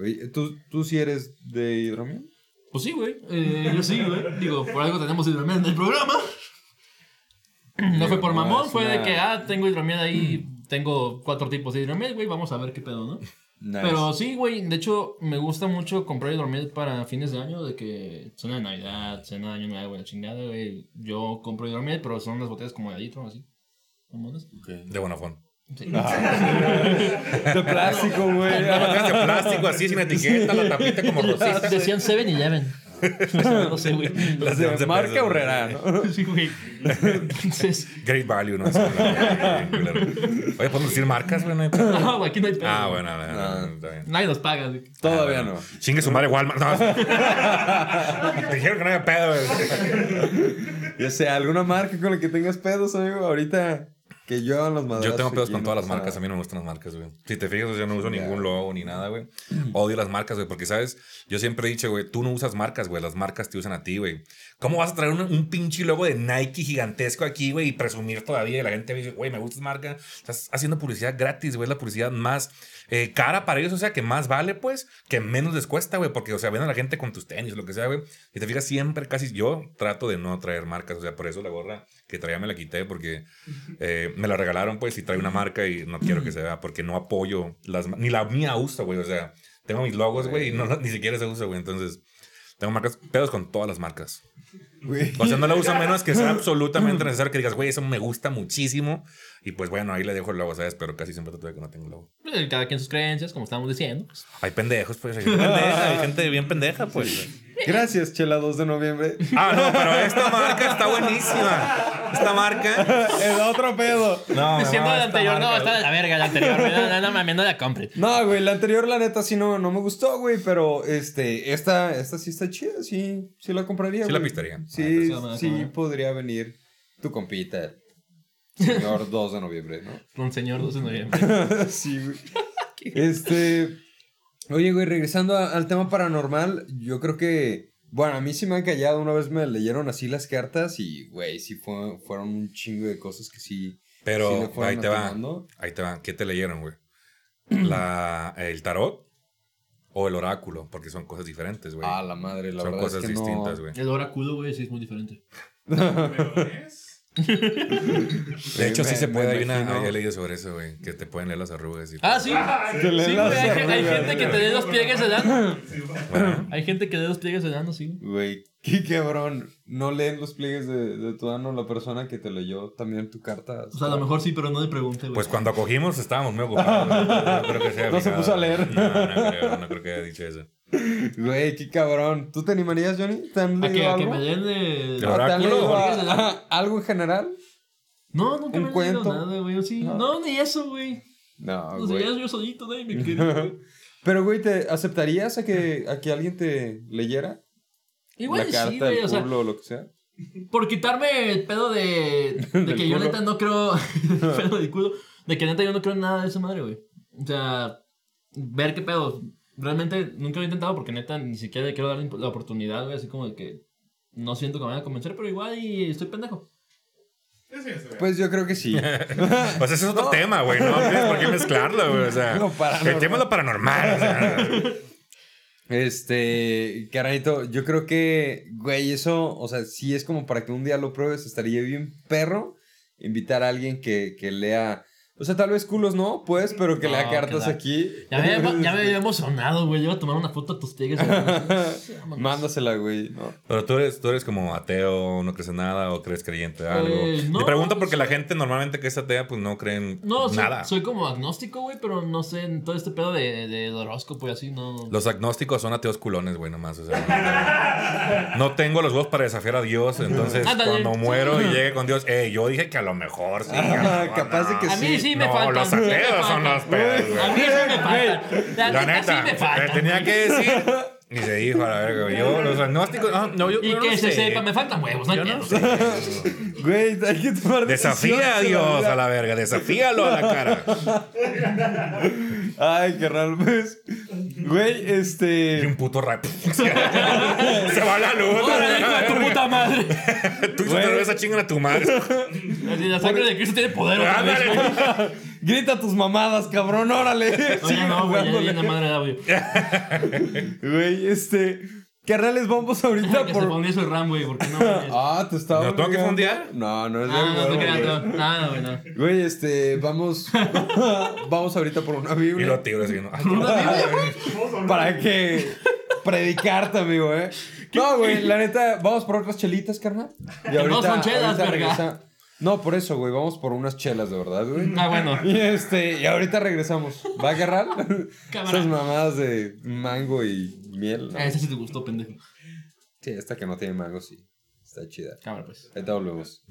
A: Oye, ¿Tú, tú sí eres de hidromiel?
B: Pues sí, güey. Eh, yo sí, güey. Digo, por algo tenemos hidromiel en el programa. No fue por
A: No,
B: mamón,
A: es
B: fue de
A: una-
B: que, ah, tengo hidromiel ahí, tengo cuatro tipos de hidromiel, güey, vamos a ver qué pedo, ¿no?
A: Nice.
B: Pero sí, güey, de hecho, me gusta mucho comprar hidromiel para fines de año, de que cena de Navidad, cena de Año Nuevo, la chingada, güey. Yo compro hidromiel, pero son unas botellas como de litro, así. Mamonas.
C: De Bonafón.
B: Sí.
C: Ah.
A: De plástico, güey.
C: Botellas de plástico así sin etiqueta, la tapita como rosita.
B: Decían 7-Eleven. No sé, güey.
C: Las de
A: De
C: 11
A: marca
C: pesos,
A: Herrera,
C: güey.
A: ¿no?
B: Sí, güey. Entonces...
C: Great value, ¿no? Eso, güey, culero. Oye, ¿podemos decir marcas, güey? No hay pedo.
B: No, güey, aquí no hay pedo.
C: Ah, bueno, no, no, no, está bien.
B: Nadie nos paga, güey.
A: Todavía no.
C: Ah, Chingue su madre Walmart. No. Te dijeron que no había pedo, güey.
A: Ya sea, alguna marca con la que tengas pedos, amigo. Ahorita que yo hagan los madrazos.
C: Yo tengo pedos
A: aquí,
C: con
A: no
C: todas las
A: pasa
C: marcas. A
A: nada.
C: mí no me gustan las marcas, güey. Si te fijas, yo no uso ningún logo ni nada, güey. Odio las marcas, güey, porque, ¿sabes? Yo siempre he dicho, güey, tú no usas marcas, güey. Las marcas te usan a ti, güey. ¿Cómo vas a traer un, un pinche logo de Nike gigantesco aquí, güey, y presumir todavía? Y la gente dice, güey, me gusta esa marca. Estás haciendo publicidad gratis, güey. Es la publicidad más eh, cara para ellos. O sea, que más vale, pues, que menos les cuesta, güey. Porque, o sea, ven a la gente con tus tenis, lo que sea, güey. Y te fijas, siempre casi yo trato de no traer marcas. O sea, por eso la gorra que traía me la quité porque eh, me la regalaron, pues, y trae una marca y no quiero que se vea porque no apoyo las... ma- Ni la mía uso, güey. O sea, tengo mis logos, güey, y no, ni siquiera se usa, güey. Entonces... Tengo marcas, pedos con todas las marcas.
A: Güey.
C: O sea, no la uso a menos que sea absolutamente necesario que digas, güey, eso me gusta muchísimo. Y pues bueno, ahí le dejo el logo, ¿sabes? Pero casi siempre trato de que no tengo logo.
B: Pues, Cada quien sus creencias, como estábamos diciendo. pues.
C: Hay pendejos, pues. Hay gente, pendeja, hay gente bien pendeja, pues.
A: Gracias, Chela 2 de noviembre.
C: Ah, no, pero esta marca está buenísima. Esta marca.
A: El otro pedo.
C: Ah, No, me
B: Diciendo
C: mama
B: la
C: esta
B: anterior, no,
C: marca,
B: está de la verga la anterior. güey. No, no, no mames, no la compres.
A: No, güey, la anterior, la neta, sí no, no me gustó, güey, pero este, esta, esta sí está chida, sí, sí la compraría,
C: Sí la
A: güey.
C: pistaría.
A: Sí,
B: Ah, entonces-
A: sí, podría venir tu compita, señor 2 de noviembre, ¿no?
B: Don señor 12 de noviembre.
A: sí, güey. Este, oye, güey, regresando a- al tema paranormal, yo creo que, bueno, a mí sí me han callado, una vez me leyeron así las cartas y, güey, sí fue- fueron un chingo de cosas que sí, sí le
C: Pero
A: fueron
C: ahí te va.
A: atinando.
C: Ahí te va. ¿Qué te leyeron, güey? La, ¿El tarot o el oráculo? Porque son cosas diferentes, güey.
A: Ah, la madre, la
C: son
A: verdad
C: cosas
A: es que no-
C: distintas, güey.
B: El oráculo, güey, sí es muy diferente.
D: Pero es.
C: De hecho, sí
A: me-
C: se
A: me
C: puede. Hay una,
A: imagino.
C: había leído sobre eso, güey. Que te pueden leer las arrugas. Y
B: Ah, sí.
A: Te leen
B: Sí,
A: las
B: güey, hay, gen- hay
A: arrugas,
B: gente que te
A: güey.
B: dé los pliegues de dano.
D: Sí, va.
C: Bueno,
B: Hay gente que dé los pliegues de dano, sí.
A: Güey, qué cabrón. No leen los pliegues de, de tu ano la persona que te leyó también tu carta.
B: O sea, a lo mejor sí, pero no le pregunte, güey.
C: Pues cuando acogimos estábamos muy ocupados. No, creo que sea
A: No se
C: obligado.
A: puso a leer.
C: No, no creo, no creo que haya dicho eso.
A: Güey, qué cabrón. ¿Tú te animarías, Johnny? ¿Te han
B: A que,
A: leído
B: a que
A: algo?
B: me den el-
C: ¿Te
A: ¿O te han
C: oráculo?
A: leído a-
B: Pliegues de dano.
A: ajá, algo en general?
B: No, nunca
A: ¿Un
B: me han leído
A: cuento?
B: nada, güey. Sí.
A: No.
B: No, ni eso, güey.
A: No,
B: No sé,
A: Ah, güey.
B: ya yo solito, nadie me quiere, güey.
A: Pero, güey, ¿te aceptarías a que, a que alguien te leyera
B: Igual
A: la
B: y
A: carta,
B: sí, güey.
A: el
B: O sea,
A: culo o lo que sea?
B: Por quitarme el pedo de, de
A: Del
B: que yo
A: culo.
B: neta no creo. el pedo del culo. De que neta yo no creo en nada de esa madre, güey. O sea, ver qué pedo. Realmente nunca lo he intentado porque neta ni siquiera le quiero dar la oportunidad, güey. Así como de que no siento que me van a convencer, pero igual y estoy pendejo.
D: Eso ya se ve.
A: Pues yo creo que sí.
C: O sea, ese es otro tema, güey. No tienes por qué mezclarlo, güey. O sea,
A: Lo paranormal.
C: el tema es lo paranormal. O sea,
A: Este, carnalito, yo creo que, güey, eso, o sea, si es como para que un día lo pruebes, estaría bien perro invitar a alguien que, que lea, o sea, tal vez culos no, pues, pero que lea
B: No,
A: cartas
B: que la-
A: aquí.
B: Ya me, había- ya me había emocionado, güey. Yo iba a tomar una foto a tus tigres. güey.
A: Mándasela, güey, ¿no?
C: Pero tú eres, tú eres como ateo, no crees en nada o crees creyente de algo.
B: Eh, no,
C: Te pregunto porque
B: sí.
C: la gente normalmente que es atea, pues no creen
B: No, soy,
C: nada.
B: soy como agnóstico, güey, pero no sé, en todo este pedo de, de horóscopo y así, no.
C: Los agnósticos son ateos culones, güey, nomás. O sea, no, no tengo los huevos para desafiar a Dios. Entonces,
B: Ándale.
C: cuando muero y llegue con Dios, eh, yo dije que a lo mejor sí. a lo mejor
A: Ah, capaz de que
B: A mí sí me
C: no,
B: faltan.
C: los
B: sí me
C: ateos son
B: faltan.
C: los pedos, güey.
B: A mí sí me faltan. La, neta,
C: La neta,
B: sí me
C: le
B: faltan.
C: tenía que decir. Y se dijo, a la verga, güey, yo los agnósticos. No, no, yo,
B: Y
C: yo
B: que
C: no
B: se
C: sé.
B: sepa, me faltan huevos, no hay
C: Yo no
B: pedo.
C: sé.
A: Güey, hay que tomar decisiones
C: Desafía a
A: en la
C: Dios
A: vida.
C: a la verga, desafíalo a la cara.
A: Ay, carnal, pues, güey,
C: Y
A: este...
C: un puto rap. se va la luz.
B: Órale, hijo de tu puta madre.
C: Tú y tu
A: Güey.
C: cerveza chingan a tu madre.
B: Así, La sangre de Cristo tiene poder otra vez,
C: Ándale.
B: güey.
A: Grita tus mamadas, cabrón, órale.
B: No,
A: Sigue
B: ya no, güey. Ya, ya
A: jugándole.
B: la madre da, güey. Que
A: Güey, este. Carnales, vamos ahorita
B: se
A: por.
B: ponga eso el RAM, güey. ¿Por qué no? güey?
A: Ah, te estaba.
C: ¿Lo tengo que
A: olvidando.
C: fondear?
A: No, no es de
B: Ah, no, no,
A: algo,
B: te creas,
A: güey.
B: no. Nada, güey, no.
A: Güey, este, vamos. vamos ahorita por una
C: Y
A: Biblia.
C: lo Ah, tiro así, ¿no? Ay,
A: Para que predicarte, amigo, eh. No, güey, la neta, vamos por otras chelitas, carnal. Y
B: no son chelas, verga.
A: No, por eso, güey, vamos por unas chelas, de verdad, güey.
B: Ah, bueno.
A: Y este, y ahorita regresamos. ¿Va a agarrar?
B: Cámara.
A: Esas mamadas de mango y miel. ¿no?
B: Ah, Esa sí te gustó, pendejo.
A: Sí, esta que no tiene mango, sí. Está chida.
B: Cámara, pues.
A: Ahí te volvemos.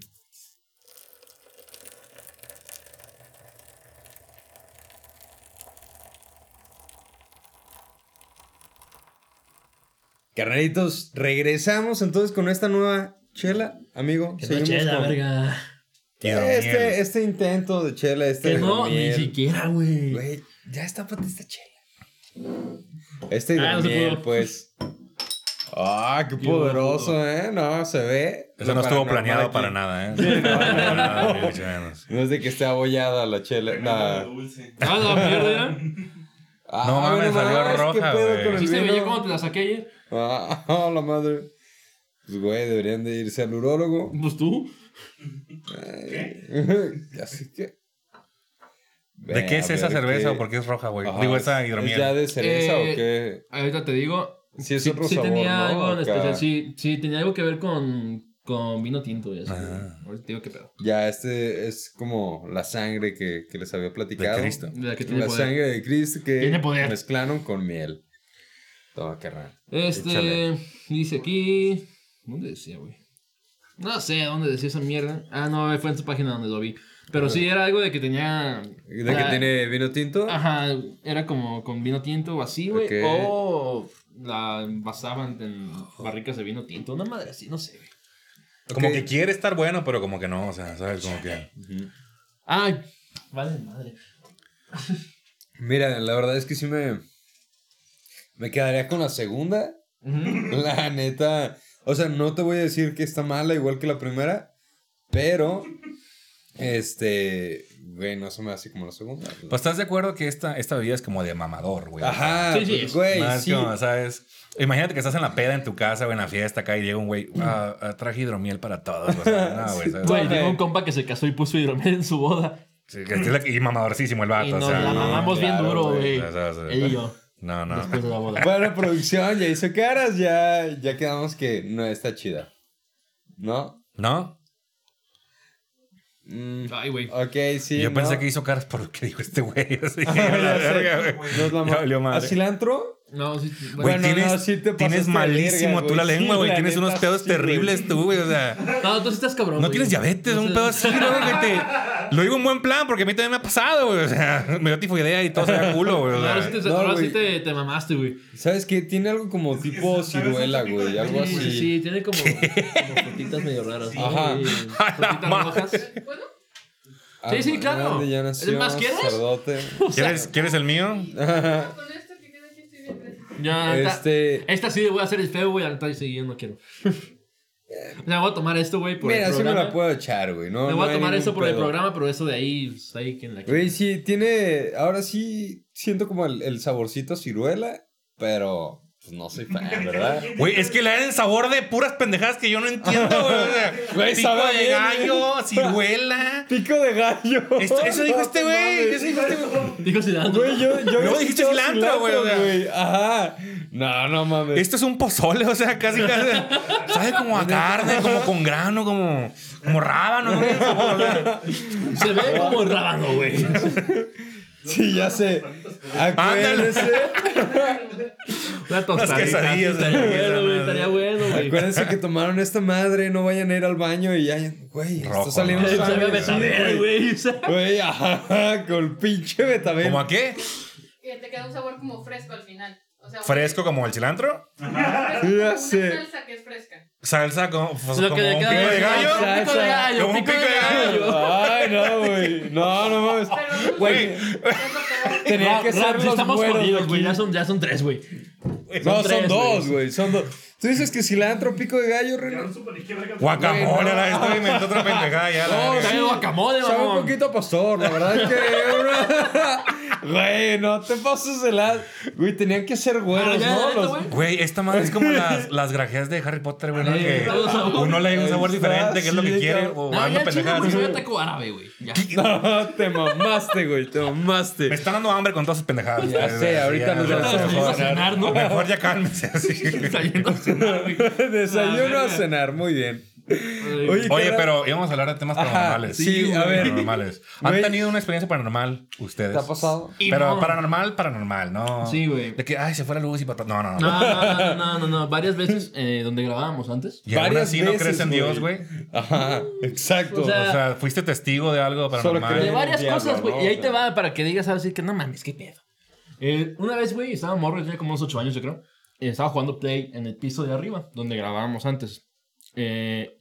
A: Carnalitos, regresamos entonces con esta nueva chela, amigo.
B: Que no
A: Seguimos
B: chela,
A: con
B: verga.
C: quiero miel.
A: Este, este intento de chela, este
B: Que no, ni
A: hidromiel.
B: siquiera, güey.
A: Güey, ya está para esta chela. Este
B: Ah, no se
A: hidromiel,
B: pudo.
A: pues. Ah, qué poderoso, ¿eh? No, se ve.
C: Eso
A: Lo
C: no estuvo
A: paranormal
C: planeado
A: aquí.
C: para nada, ¿eh?
A: no,
C: Para nada, ni mucho menos.
A: No es de que esté abollada la chela.
D: Nada.
A: No,
D: Dulce.
B: Ah, la mierda.
A: ah,
C: No mames,
A: ve nomás,
C: salió
A: ¿qué
C: roja,
A: pedo
C: güey.
A: con el
B: Sí se
A: vino?
B: veía cómo te la saqué ayer.
A: Ah, ah, la madre. Pues, güey, deberían de irse al urólogo.
B: Pues tú.
A: Así que.
C: ¿De qué es esa cerveza o por qué es roja, güey? Digo, esa
A: ¿Es ya
C: hidromiel.
A: de cereza
B: Eh,
A: o qué?
B: Ahorita te digo.
A: Si es
B: sí,
A: otro
B: sí
A: sabor,
B: tenía
A: ¿no?
B: algo en
A: Acá.
B: especial. Sí, sí, tenía algo que ver con, con vino tinto. Y así. Ahorita te digo qué pedo.
A: Ya, este es como la sangre que, que les había platicado.
C: De Cristo.
B: La que tiene
A: La
B: poder.
A: sangre de Cristo que
B: Tiene poder.
A: mezclaron con miel. Toma, carnal.
B: Este.
C: Échale.
B: Dice aquí. ¿Dónde decía, güey? No sé dónde decía esa mierda. Ah, no, fue en su página donde lo vi. Pero sí era algo de que tenía.
A: ¿De
B: la-
A: que tiene vino tinto?
B: Ajá, era como con vino tinto o así, güey.
A: Ok.
B: O la basaban en barricas de vino tinto. Una madre así, no sé, güey.
C: Como
A: Ok.
C: que quiere estar bueno, pero como que no, o sea, ¿sabes? Como que.
A: Ujú.
B: Ay, vale madre.
A: Mira, la verdad es que sí me. Me quedaría con la segunda.
B: Ujú.
A: La neta. O sea, no te voy a decir que está mala igual que la primera. Pero. Este. Güey, no se me hace como la segunda.
C: Pues estás de acuerdo que esta, esta bebida es como de mamador, güey.
A: Ajá,
B: Sí, sí,
A: pues,
B: es
A: güey.
C: Más
A: sí.
C: como, ¿sabes? Imagínate que estás en la peda en tu casa o en la fiesta acá y llega un güey, ah, ah, traje hidromiel para todos. o sea, no, güey, ¿sabes?
B: Güey,
A: Ajá.
B: tengo un compa que se casó y puso hidromiel en su boda.
C: Sí, que es la- y mamadorcísimo el vato,
B: Y
C: Ah, o
B: nos
C: sea.
B: la
C: no,
B: mamamos
A: claro,
B: bien duro,
C: güey,
B: güey.
C: o sea, o sea,
B: Él y yo,
C: No, no.
B: después de la boda.
A: Bueno, producción, ya hizo caras. Ya, ya quedamos que no está chida. ¿No?
C: ¿No?
A: Mm,
B: Ay, güey.
A: ok, sí.
C: yo
A: no.
C: pensé que hizo caras por lo que dijo este güey. Así, a
A: Ya
C: la
A: sé.
C: verga, güey.
A: No es la
C: Ya valió
A: ma- ¿A
C: madre.
A: cilantro?
B: No, sí, sí,
C: Güey,
B: bueno.
A: Bueno, no,
C: tienes,
A: sí te
C: tienes
A: pasaste de
C: malísimo
A: verga,
C: tú la
A: güey.
C: lengua,
A: Sí,
C: güey.
A: la
C: tienes unos
A: neta,
C: pedos
A: sí, güey.
C: terribles tú, güey. O sea,
B: No, tú sí estás cabrón.
C: no
B: güey.
C: tienes diabetes,
B: No
C: un
B: sé.
C: pedo así, güey. que te- Lo digo en buen plan porque a mí también me ha pasado, güey. O sea, me dio tifoidea y todo se da culo, güey. o
B: No,
C: sea.
B: ahora sí te,
A: No,
B: ahora
A: güey.
B: sí te, te mamaste, güey.
A: ¿Sabes qué? Tiene algo como
D: que
A: tipo
D: esa- ¿sabes?
A: ciruela,
D: Ese tipo de
A: güey. Algo
D: Sí,
A: así.
B: Sí, sí, tiene como, como frutitas medio raras. ¿no?
A: Ajá.
B: Y
C: A la
B: Frutitas
C: madre.
B: rojas.
A: Ah,
B: sí, claro.
A: grande, ya nació,
B: ¿Es más quieres?
A: sacerdote.
C: ¿Quieres, ¿Quieres el mío?
E: Con esto que queda aquí estoy bien gracias.
B: Ya, esta-
A: este.
B: Esta sí voy a hacer el feo, güey. Ahorita dice, yo no quiero. O sea, voy a tomar esto, güey, por
A: Mira,
B: el
A: sí me
B: programa.
A: la puedo echar, güey. No,
B: me
A: no
B: voy a
A: hay
B: tomar
A: ningún
B: esto por el
A: pedo.
B: programa, pero eso de ahí, pues, ahí quien la
A: Güey,
B: quiera.
A: sí, tiene. Ahora sí siento como el, el saborcito a ciruela, pero pues no soy fan, ¿verdad?
C: Güey, es que le dan sabor de puras pendejadas que yo no entiendo, güey. O sea,
A: Güey,
C: pico
A: sabe
C: de
A: bien,
C: gallo, ciruela.
A: Pico de gallo.
C: Esto- eso dijo este
A: No
C: güey.
A: mames.
C: Eso dijo este güey.
B: Digo, si la-
A: Güey, yo, yo había
C: No, dijiste
A: escuchado
C: cilantro, güey, o sea.
A: Ajá. No, no mames.
C: Esto es un pozole, o sea, casi casi. Sabe como a carne, como con grano, como, como rábano. ¿no? Tiene sabor, o sea.
B: Se ve como rábano, güey.
A: Sí, ya sé.
C: Ándale.
A: Acuérdense.
B: Una tostadita.
C: quesadillas,
B: Estaría
C: güey.
B: bueno, güey. Estaría bueno, güey.
A: Acuérdense que tomaron esta madre, no vayan a ir al baño y ya, güey,
C: Rojo,
A: está saliendo
C: ¿no?
B: Se
A: sangre,
B: ve betabel, güey. o sea.
A: Güey, ajá, con pinche betabel.
C: ¿Como a qué?
E: Que te queda un sabor como fresco al final. O sea,
C: ¿Fresco como el cilantro?
E: fresco como
A: Ya
E: una
A: sé.
E: salsa que es fresca.
C: ¿Salsa como, pues,
B: Lo
C: como
B: que le
C: un pico
B: queda
C: de
B: es
C: gallo?
A: salsa.
B: un Pico de gallo.
C: Como un pico de gallo.
B: Ah,
A: Ay, no, güey. No, no mames.
E: Pero dulce.
A: Güey,
E: Es lo peor.
A: tenía
B: Ra-
A: que
B: ra-
A: ser
B: sí
A: los
B: estamos
A: güeros
B: jodidos,
A: de
B: güey.
A: aquí.
B: Ya son, ya son tres, güey.
A: No,
B: tres,
A: son dos, güey. Son dos. Tú dices que cilantro, pico de gallo, Reno.
D: Quedaron súper izquierda, que-
C: Guacamole,
A: Güey, no.
C: la esto inventó otra pendejada ya. la
A: No,
C: verga.
B: Trae guacamole,
A: Sabe un
B: mamón.
A: poquito a pastor, la verdad es que. Güey, no te pases de la. Güey, tenían que ser
B: Ah,
A: güeros,
B: ya,
A: ¿no?
B: neta,
A: Los-
B: güey.
C: Güey, esta madre es como las, las grajeas de Harry Potter, güey. ¿no?
B: Ay,
C: Que
B: todo sabor.
C: uno le da un sabor
A: Ahí
C: diferente,
A: está,
C: que es lo
A: sí,
C: que quiere.
A: cabrón.
C: O
B: No, ya
C: anda
B: chinga,
C: pendejadas
B: güey. Soy
C: así.
B: taco árabe, güey. Ya.
A: No, te mamaste, güey, te mamaste.
C: Me están dando hambre con todas sus pendejadas.
A: Ya
C: güey,
A: sé,
C: así,
A: ahorita
C: ya,
A: nos
C: ya,
A: vamos a
C: mejor.
B: ir a cenar, ¿no?
C: Mejor ya cálmense así.
B: Está yendo a cenar, güey.
A: Desayuno
B: Ah,
A: a cenar, muy bien.
B: Ay,
A: Oye, ¿qué
C: Oye,
A: era?
C: pero íbamos a hablar de temas
A: Ajá,
C: paranormales.
A: sí, a
C: güey,
A: ver.
C: Paranormales. ¿Han
A: Güey.
C: tenido una experiencia paranormal ustedes?
A: ¿Te ha pasado?
B: Y
C: Pero
B: no.
C: paranormal, paranormal, ¿no?
B: Sí, güey.
C: De que, ay, se fue la luz y para No, no, no.
B: No, no, no, no, no, no. Varias veces eh, donde grabábamos antes.
C: Y aún
A: Varias
C: así no
A: veces,
C: crees en
A: güey.
C: Dios, güey.
A: Ajá, exacto.
B: O sea,
C: O sea, fuiste testigo de algo
B: De
A: creo.
C: paranormal.
B: varias
A: diablo,
B: cosas, güey.
A: ¿no?
B: Y ahí te
A: O sea.
B: va para que digas algo así que no mames, qué pedo. Eh, una vez, güey, estaba morro, tenía como unos 8 años, yo creo. Eh, estaba jugando Play en el piso de arriba, donde grabábamos antes. Eh,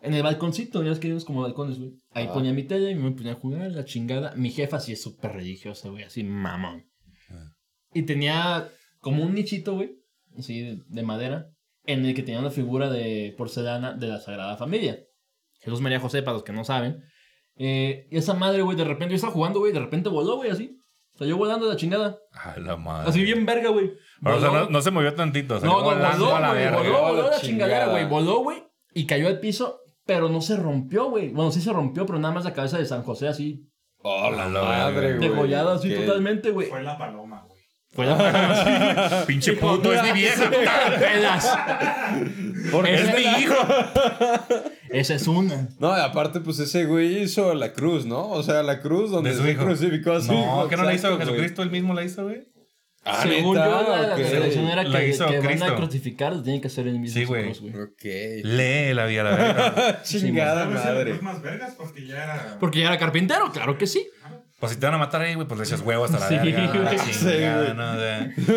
B: en el balconcito, ya es que vimos como balcones, güey. Ahí
A: Ah.
B: ponía mi tele y me ponía a jugar, la chingada. Mi jefa sí es súper religiosa, güey, así mamón.
A: Ah.
B: Y tenía como un nichito, güey, así de, de madera, en el que tenía una figura de porcelana de la Sagrada Familia. Jesús María José, para los que no saben. Eh, y esa madre, güey, de repente yo estaba jugando, güey, de repente voló, güey, así. Salió volando de la chingada.
C: A la madre.
B: Así bien verga, güey.
C: Ah. Pero, o sea,
B: Voló.
C: no, no se movió tantito. salió
B: No, no,
C: volando
B: voló,
C: a la
B: güey,
C: verga.
B: voló, voló
A: A la
B: la chingadera,
A: chingada.
B: güey. Voló, güey, y cayó al piso, pero no se rompió, güey. Bueno, sí se rompió, pero nada más la cabeza de San José así,
A: oh, la
C: A la verga.
A: madre, güey.
B: degollada así
A: Qué-
B: totalmente, güey.
D: Fue la paloma, güey.
B: Fue la
C: Pinche puto, es mi vieja.
B: pelas.
A: Porque-
C: Es mi hijo.
B: Esa es una.
A: No, y aparte, pues ese güey hizo la cruz, ¿no? O sea, la cruz donde
C: De su
A: se
C: hijo.
A: crucificó a su hijo.
C: No, que no la hizo
A: exacto, güey.
C: Jesucristo, él mismo la hizo, güey.
A: Ah,
B: Según
A: ¿neta?
B: yo, la, la
A: Ok.
B: tradición era
C: La
B: que,
C: hizo
B: que van a
C: Cristo.
B: crucificar, lo tienen que hacer el mismo.
C: Sí, güey.
B: cruz,
A: Ok.
C: Lee la vida, la verga.
A: Chingada
D: Tal vez era
A: madre.
D: los más vergas porque ya era.
B: Porque ya era carpintero, claro que sí.
C: Pues si te van a matar ahí, güey, pues le echas huevos a la
B: Sí,
C: verga.
B: güey.
C: la
B: Sí,
C: chingada,
A: güey.
C: ¿no? O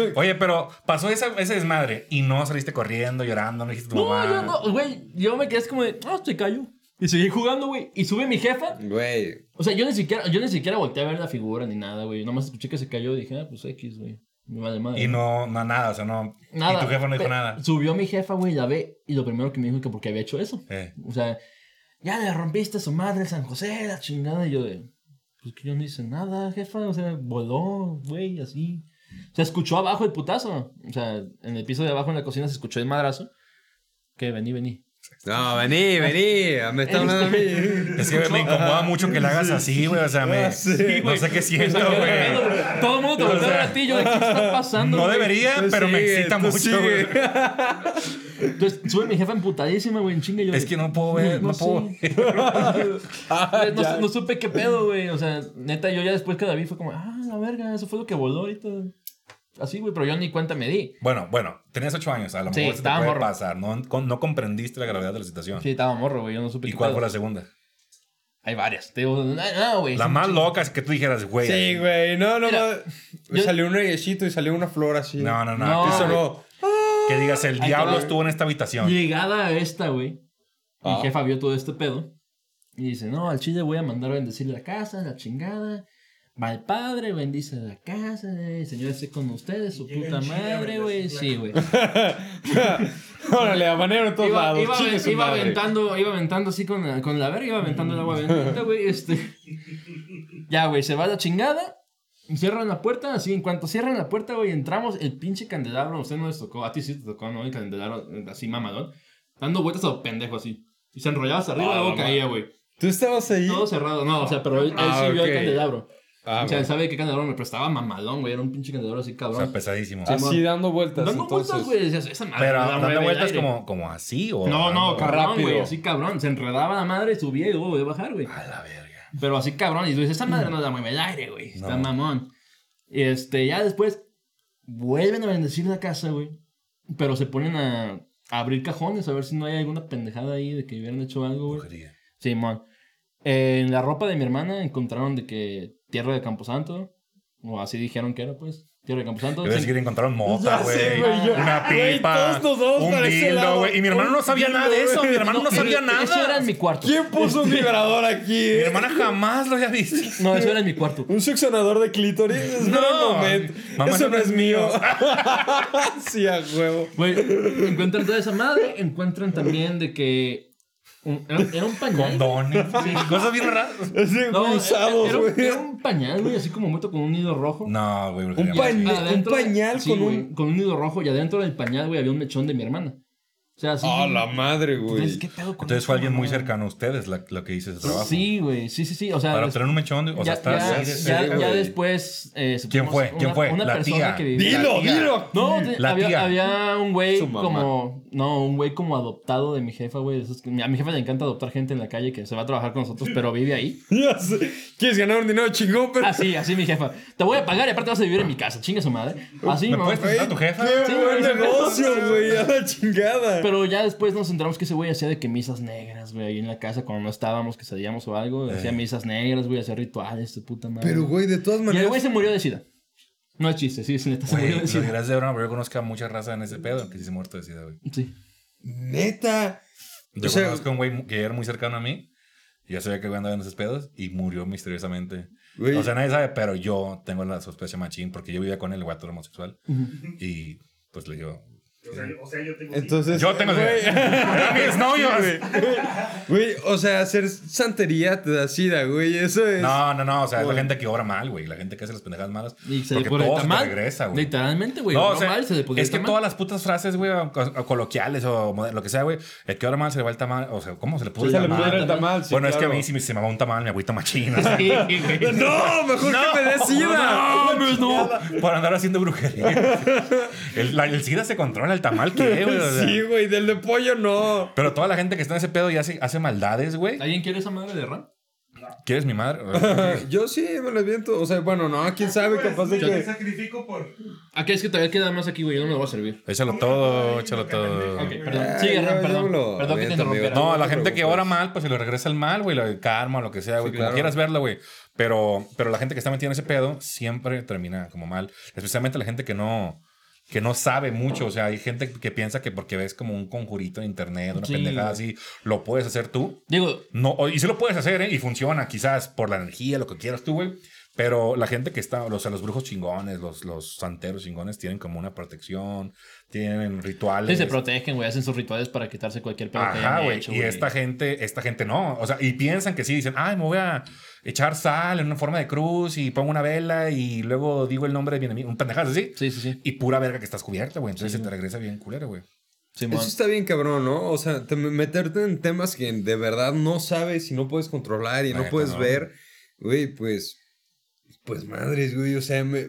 C: sea, Oye, pero pasó esa, ese desmadre y no saliste corriendo, llorando, no dijiste tu
B: No,
C: mamá.
B: yo no, güey, yo me quedé así como de, ah, se cayó. Y seguí jugando, güey. Y sube mi jefa.
A: Güey.
B: O sea, yo ni siquiera, yo ni siquiera volteé a ver la figura ni nada, güey. Nomás escuché que se cayó y dije, ah, pues X, güey. Me vale madre.
C: Y no, no, nada, o sea, no.
B: Nada.
C: Y tu jefa no dijo
B: Pe-
C: nada.
B: Subió mi jefa, güey, la ve. Y lo primero que me dijo es que porque había hecho eso.
C: Eh.
B: O sea, ya le rompiste a su madre San José, la chingada. Y yo de, pues que yo no hice nada, jefa. O sea, voló, güey, así. Se escuchó abajo el putazo. O sea, en el piso de abajo en la cocina se escuchó el madrazo. Que vení, vení.
A: No, vení, vení. Me está hablando a mí.
C: Es que me incomoda mucho que la hagas así, güey. O sea, me.
A: Ah, sí,
C: no
B: güey.
C: sé qué
B: Me
C: siento,
B: saqué de pedo,
C: güey.
B: güey. Todo el mundo te voltea a ver a ti, yo de qué está pasando.
C: No
B: güey?"
C: debería,
A: Tú
C: pero me
A: sigue,
C: excita
A: tú
C: mucho,
A: sigue.
C: güey.
B: Entonces, sube mi jefa emputadísima, güey, en chinga. y Yo,
C: Es que no puedo ver, no
B: sé.
C: puedo.
A: Ah,
B: No,
A: ya.
B: no supe qué pedo, güey. O sea, neta, yo ya después que la vi fue como, ah, la verga, eso fue lo que voló ahorita. Así, güey, pero yo ni cuenta me di.
C: Bueno, bueno, tenías ocho años, a lo
B: Sí,
C: mejor se te
B: estaba
C: puede
B: morro.
C: pasar. No, con- no comprendiste la gravedad de la situación.
B: Sí, estaba morro, güey, yo no supe
C: ¿Y
B: qué
C: cuál
B: pedo.
C: fue la segunda?
B: Hay varias. Te digo, no, no, güey.
C: La
B: sí,
C: más
B: sí.
C: loca es que tú dijeras, güey.
A: Sí, güey. No, no,
B: Mira,
A: no.
B: yo-
A: Salió un reyesito y salió una flor así.
C: No, no, no.
B: No,
C: que-
A: Eso
B: güey.
A: no.
C: Que digas, el
B: Ahí
C: diablo
B: te va.
C: estuvo en esta habitación.
B: Llegada a esta, güey,
A: Ah.
B: mi jefa vio todo este pedo. Y dice, no, al chile voy a mandar a bendecir la casa, la chingada. Va el padre, bendice la casa, eh, el señor esté con ustedes, su
D: Y llega
B: puta
D: el chile a
B: madre, güey.
D: bendecir la
B: Sí, güey.
A: Órale, habanero en todos
B: Iba,
A: lados.
B: iba,
A: Chingue su
B: iba
A: madre. Mm.
B: aventando, iba aventando así con la, con la verga, iba aventando el agua bendita, güey. Este. Ya, güey, se va la chingada. Cierran la puerta, así en cuanto cierran la puerta, güey, entramos, el pinche candelabro, a usted no les tocó, a ti sí te tocó, ¿no? El candelabro eh, así mamadón, dando vueltas a lo pendejo así. Y se enrollaba hasta arriba,
A: Ah,
B: luego
A: la
B: caía, güey.
A: ¿Tú estabas ahí?
B: Todo cerrado, no, o sea, pero él, él
A: Ah,
B: sí vio el
A: ok.
B: candelabro.
A: Ah,
B: o sea,
A: güey.
B: él sabe qué candelabro me prestaba mamadón, güey, era un pinche candelabro así
C: O
B: cabrón.
C: sea, pesadísimo.
A: así
B: Simón.
A: dando vueltas.
B: dando vueltas,
A: entonces.
B: güey, decías, esa madre. me
C: Pero
B: la mueve
C: dando
B: el
C: vueltas
B: aire".
C: como, como así o.
B: No, no,
C: dando-
B: cabrón, güey.
A: rápido.
B: Así cabrón. Se enredaba la madre, subía y luego volvía a bajar, güey.
C: A la verga.
B: Pero así cabrón. Y tú dices, esa madre no la mueve el aire, güey. Está
C: No.
B: mamón. Y este, ya después vuelven a bendecir la casa, güey. Pero se ponen a, a abrir cajones a ver si no hay alguna pendejada ahí de que hubieran hecho algo, güey.
C: Brujería.
B: Simón. Eh, en la ropa de mi hermana encontraron de que tierra de Camposanto. O así dijeron que era, pues. Tierra de Camposanto.
C: Yo decía que le encontraron mota,
A: Ya
C: güey.
A: sé, güey, yo-
C: Una
A: Güey,
C: pipa.
A: todos nos vamos
C: un
A: para ese
C: dildo,
A: lado.
C: güey. Y mi hermano no sabía
A: Un
C: nada de
A: dildo,
C: eso.
A: güey.
C: Mi hermano no
A: No,
C: sabía
B: Eso era
C: nada.
B: en
C: Mi
B: mi cuarto.
A: ¿Quién puso un vibrador aquí? eh?
C: hermana jamás lo había visto.
B: No, eso era en mi cuarto.
A: ¿Un succionador de clítoris? Espera un momento.
C: Mamá,
A: Eso no
C: no
A: es mío. sí, a huevo.
B: Güey, encuentran toda esa madre. Encuentran también de que. un- era, era un pañal.
C: Condones. Cosas bien raras.
A: Es de
B: No,
A: usados,
B: era,
A: güey.
B: era un pañal, güey, así como muerto con un nido rojo. Ah,
C: No, güey.
A: Un pañal.
B: Adentro-
A: un pañal
B: sí,
A: con
B: güey,
A: un-
B: con un nido rojo y adentro del pañal, güey, había un mechón de mi hermana. O sea, así.
A: Ah, la madre,
B: Entonces,
A: güey.
B: ¿qué pedo con
C: Entonces
B: esta
C: fue alguien muy
B: mamada?
C: cercano a ustedes la, lo que hice ese trabajo.
B: Sí, güey, sí, sí, sí. O sea,
C: Para
B: des-
C: obtener un mechón. de- O sea,
B: ya,
C: estás
B: ya-
C: así de
B: ya-
C: cerca,
B: ya
C: güey.
B: después. eh,
C: ¿Quién
B: supimos
C: fue? ¿Quién
B: una-
C: fue?
B: Una
C: La
B: persona
C: tía.
B: que vivía.
A: Dilo,
C: La tía.
A: dilo.
B: No, te-
C: Mm, La
B: había,
C: tía.
B: había un güey
A: Su mamá.
B: como. No, un güey como adoptado de mi jefa, güey. de esos que- A mi jefa le encanta adoptar gente en la calle que se va a trabajar con nosotros, pero vive ahí.
A: Ya sé. ¿Quieres ganar un dinero chingón,
C: Ah,
A: pero...
B: Así, así mi jefa. Te voy a pagar y aparte vas a vivir en mi casa, chinga su madade Así,
C: ¿Me
B: mamá.
C: puedes presentar a tu jefa?
A: ¡Qué
B: Sí,
A: buen
B: güey.
A: negocio, güey! ¡A la chingada!
B: Pero ya después nos enteramos que ese güey hacía de que misas negras, güey, ahí en la casa cuando no estábamos, que salíamos o algo.
C: Eh.
B: Hacía misas negras, güey, hacía rituales, de puta madre.
A: Pero, güey, de todas
B: Y el güey
A: maneras...
B: se murió de sida. No es chiste, sí, es neta, se
C: Güey,
B: murió
C: lo
B: de sida.
C: dirás de broma, pero yo conozco a mucha raza en ese pedo que sí se ha muerto de sida, güey.
B: Sí.
A: ¡Neta!
C: Yo
A: O sea-
C: conozco a un güey que era muy cercano a mí. y Yo sabía que el güey andaba en esos pedos y murió misteriosamente.
A: Güey.
C: O sea, nadie sabe, pero yo tengo la sospecha machín porque yo vivía con él, el guato era homosexual. Y pues le digo.
D: O sea, yo- o sea, yo tengo.
A: Entonces...
C: Yo tengo
A: Güey,
C: sida. Era mi exnovio.
A: güey, o sea, hacer santería te da sida, güey. Eso es...
C: No, no, no. O sea, es
A: Güey.
C: la gente que obra mal, güey. La gente que hace las pendejadas malas.
B: Y se le pone
C: porque todo se te
B: tamal.
C: regresa, güey.
B: Literalmente, güey.
C: No,
B: No,
C: o sea,
B: mal, se le pudrió
C: es que
B: tamal.
C: todas las putas frases, güey, o- o coloquiales o moder- lo que sea, güey, el que ahora mal se le va el tamal, o sea, ¿cómo se le pudo
A: Se le
B: tamal,
A: pudre el
B: tamal.
A: tamal, sí,
C: bueno, es que
A: claro.
C: a mí si me- se me va un tamal, mi agüita machina. o sea,
B: Sí, güey.
A: ¡No! ¡Mejor que me dé sida!
C: ¡No, pues no! Por andar haciendo brujería. El, la- el SIDA se controla, el tamal que, güey. o sea.
A: Sí, güey, del de pollo no.
C: Pero toda la gente que está en ese pedo y hace, hace maldades, güey.
B: ¿Alguien quiere esa madre de RAM?
C: ¿Quieres mi madre?
A: Yo sí me las viento. O sea, bueno, no, quién sabe, capaz de
D: Pues, Yo me
A: que.
D: sacrifico por.
B: Aquí es Ah, que todavía queda más aquí, güey. Yo no me lo voy a servir.
C: Échalo todo, échalo todo.
B: Ok,
A: Ah,
B: perdón. Sigue,
A: ya,
B: Ram,
A: ya
B: perdón.
A: me lo
B: Perdón que te
A: aviento, amigo.
B: interrumpiera.
C: No,
A: No
C: a la
A: te
C: gente que
A: preocupes.
C: ora mal, pues se le regresa el mal, güey, lo del karma o lo que sea, güey, como
A: claro.
C: quieras verlo, güey. Pero, pero la gente que está metida en ese pedo siempre termina como mal, especialmente la gente que no que no sabe mucho, o sea, hay gente que piensa que porque ves como un conjurito en internet, una
B: Sí,
C: pendejada así, lo puedes hacer tú.
B: Digo,
C: No, o- y sí lo puedes hacer, ¿eh? Y funciona, quizás por la energía, lo que quieras tú, güey. Pero la gente que está, o sea, los brujos chingones, los, los santeros chingones tienen como una protección, tienen rituales.
B: sí se protegen, güey. Hacen sus rituales para quitarse cualquier pedo que
C: Ajá,
B: hayan
C: güey.
B: hecho,
C: Y esta gente, esta gente no. O sea, y piensan que sí, dicen, ay, me voy a echar sal en una forma de cruz y pongo una vela y luego digo el nombre de mi enemigo. Un pendejazo así.
B: Sí, sí, sí.
C: Y pura verga que estás cubierta, güey. Entonces se te regresa bien culero, güey.
B: Simón.
A: Eso está bien cabrón, ¿no? O sea, te- meterte en temas que de verdad no sabes y no puedes controlar y no
C: Neta,
A: puedes
C: no.
A: ver, güey, pues, pues madres, güey, o sea, me-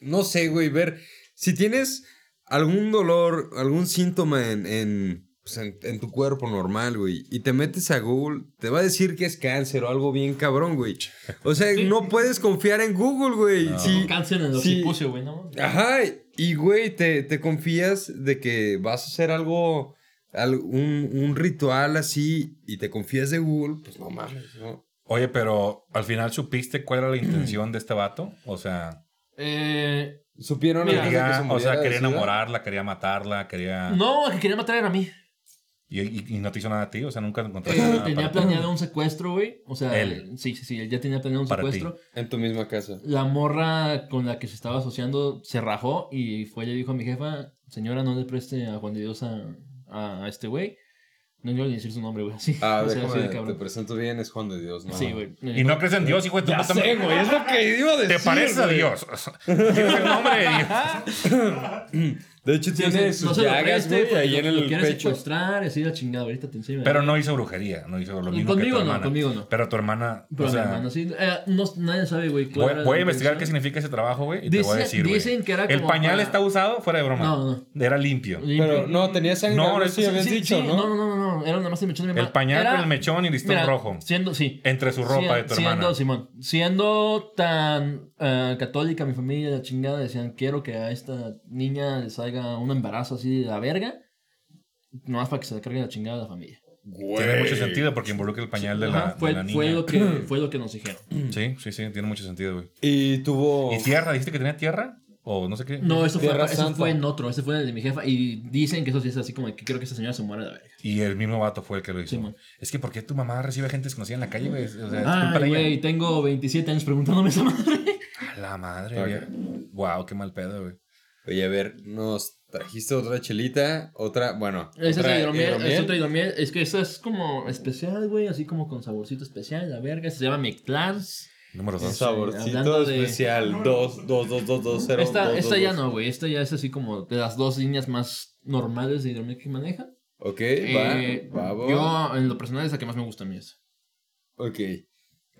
A: no sé, güey, ver, si tienes algún dolor, algún síntoma en, en, pues, en- en tu cuerpo normal, güey, y te metes a Google, te va a decir que es cáncer o algo bien cabrón, güey. O sea, no puedes confiar en Google, güey. Sí,
B: Cáncer en el
A: sí.
B: occipucio, güey, ¿no?
A: Ajá, y güey, te, te confías de que vas a hacer algo, al- un, un ritual así, y te confías de Google, pues no mames, ¿no?
C: Oye, pero al final supiste cuál era la intención de este vato. O sea,
B: Eh.
A: Supieron
B: Mira,
A: antes de Ah, que se
C: quería, o
A: muriera
C: sea, quería
A: de sida?
C: enamorarla, quería matarla, quería.
B: No, que quería matar era a mí.
C: Y, y- y no te hizo nada a ti, o sea, nunca encontraste
B: Él
C: nada.
B: tenía
C: para ti.
B: planeado un secuestro, güey. O sea,
C: Él.
B: sí, sí, sí, él ya tenía planeado un
C: Para ti.
B: secuestro.
A: En tu misma casa.
B: La morra con la que se estaba asociando se rajó y fue y le dijo a mi jefa, señora, no le preste a Juan de Dios a, a- a este güey. No quiero ni decir su nombre, güey. Sí,
A: Ah,
B: o sea,
A: déjame,
B: así de
A: te
B: cabrón.
A: presento bien, es Juan de Dios, ¿no?
B: Sí, güey.
C: Y no crees en Dios, hijo de tu
A: Ya
C: puta
A: sé,
C: madre.
A: güey, es lo que iba a decir,
C: Te pareces a
A: güey.
C: Dios. Tienes el nombre de Dios.
A: De hecho,
B: Sí, o sea,
A: tiene
B: no
A: sus
B: se lo
A: llagas,
B: preste
A: güey,
B: porque
A: ahí
B: lo-
A: en
B: lo
A: el
B: quiere
A: pecho.
B: secuestrar, así la chingada, ahorita te encima.
C: Pero no hizo brujería, no hizo lo
B: Y
C: mismo que tu
B: conmigo no,
C: hermana.
B: conmigo no.
C: Pero tu hermana,
B: Pero
C: o
B: mi
C: sea,
B: hermano, sí, eh, no, nadie sabe, güey. cuál
C: voy,
B: era la
C: voy a investigar qué
B: intención.
C: significa ese trabajo, güey, y te
B: Dicen-
C: voy a decir, güey.
B: dicen que era
C: El
B: como
C: pañal
B: para-
C: está usado fuera de broma.
B: No, no,
C: Era limpio.
A: Pero no, tenía sangre,
C: No,
A: no,
C: no,
A: no,
C: sí,
A: habías
B: Sí,
A: dicho,
B: sí,
A: ¿no?
B: No, no, no, no, era nada más el mechón de mi
C: El
B: hermana.
C: pañal
B: Era-
C: con el mechón y el listón
B: Mira,
C: rojo.
B: Siendo, sí.
C: Entre su ropa
B: Sien-
C: de tu
B: siendo,
C: hermana.
B: Simón, siendo tan eh, católica mi familia, la chingada, decían, quiero que a esta niña le salga un embarazo así de la verga, nomás para que se le cargue la chingada de la familia.
C: Tiene mucho sentido porque involucra el pañal de la,
B: Ajá, fue,
C: de la niña.
B: fue lo que, fue lo que nos dijeron.
C: Sí, sí, sí, tiene mucho sentido, güey.
A: Y tuvo...
C: ¿Y tierra? ¿Dijiste que tenía tierra? o no sé qué.
B: No, eso fue,
A: Tierra
B: eso
A: Santa.
B: fue en otro. Ese fue en el de mi jefa. Y dicen que eso sí es así como de que quiero que esa señora se muera de la verga.
C: Y el mismo vato fue el que lo hizo.
B: Sí, man.
C: es que ¿por qué tu mamá recibe gente desconocida en la calle, güey? O sea, es culpa
B: Ay,
C: de ella.
B: güey, tengo 27 años preguntándome esa madre.
C: A la madre,
A: Ok.
C: güey. Wow, qué mal pedo, güey.
A: Oye, a ver, nos trajiste otra chelita, otra, bueno.
B: Esa es
A: otra
B: la hidromiel,
A: hidromiel.
B: es otra hidromiel. Es que esa es como especial, güey, así como con saborcito especial, la verga. Se llama Mictlán.
C: Número
A: Un
C: dos.
A: saborcito
B: hablando de-
A: especial, 2, 2, 2, 2, 2, 0,
B: Esta, esta ya no, güey. Esta ya es así como de las dos líneas más normales de hidromiel que maneja.
A: Ok,
B: Eh,
A: va, va, va.
B: Yo, en lo personal, es la que más me gusta a mí. Esa.
A: Ok.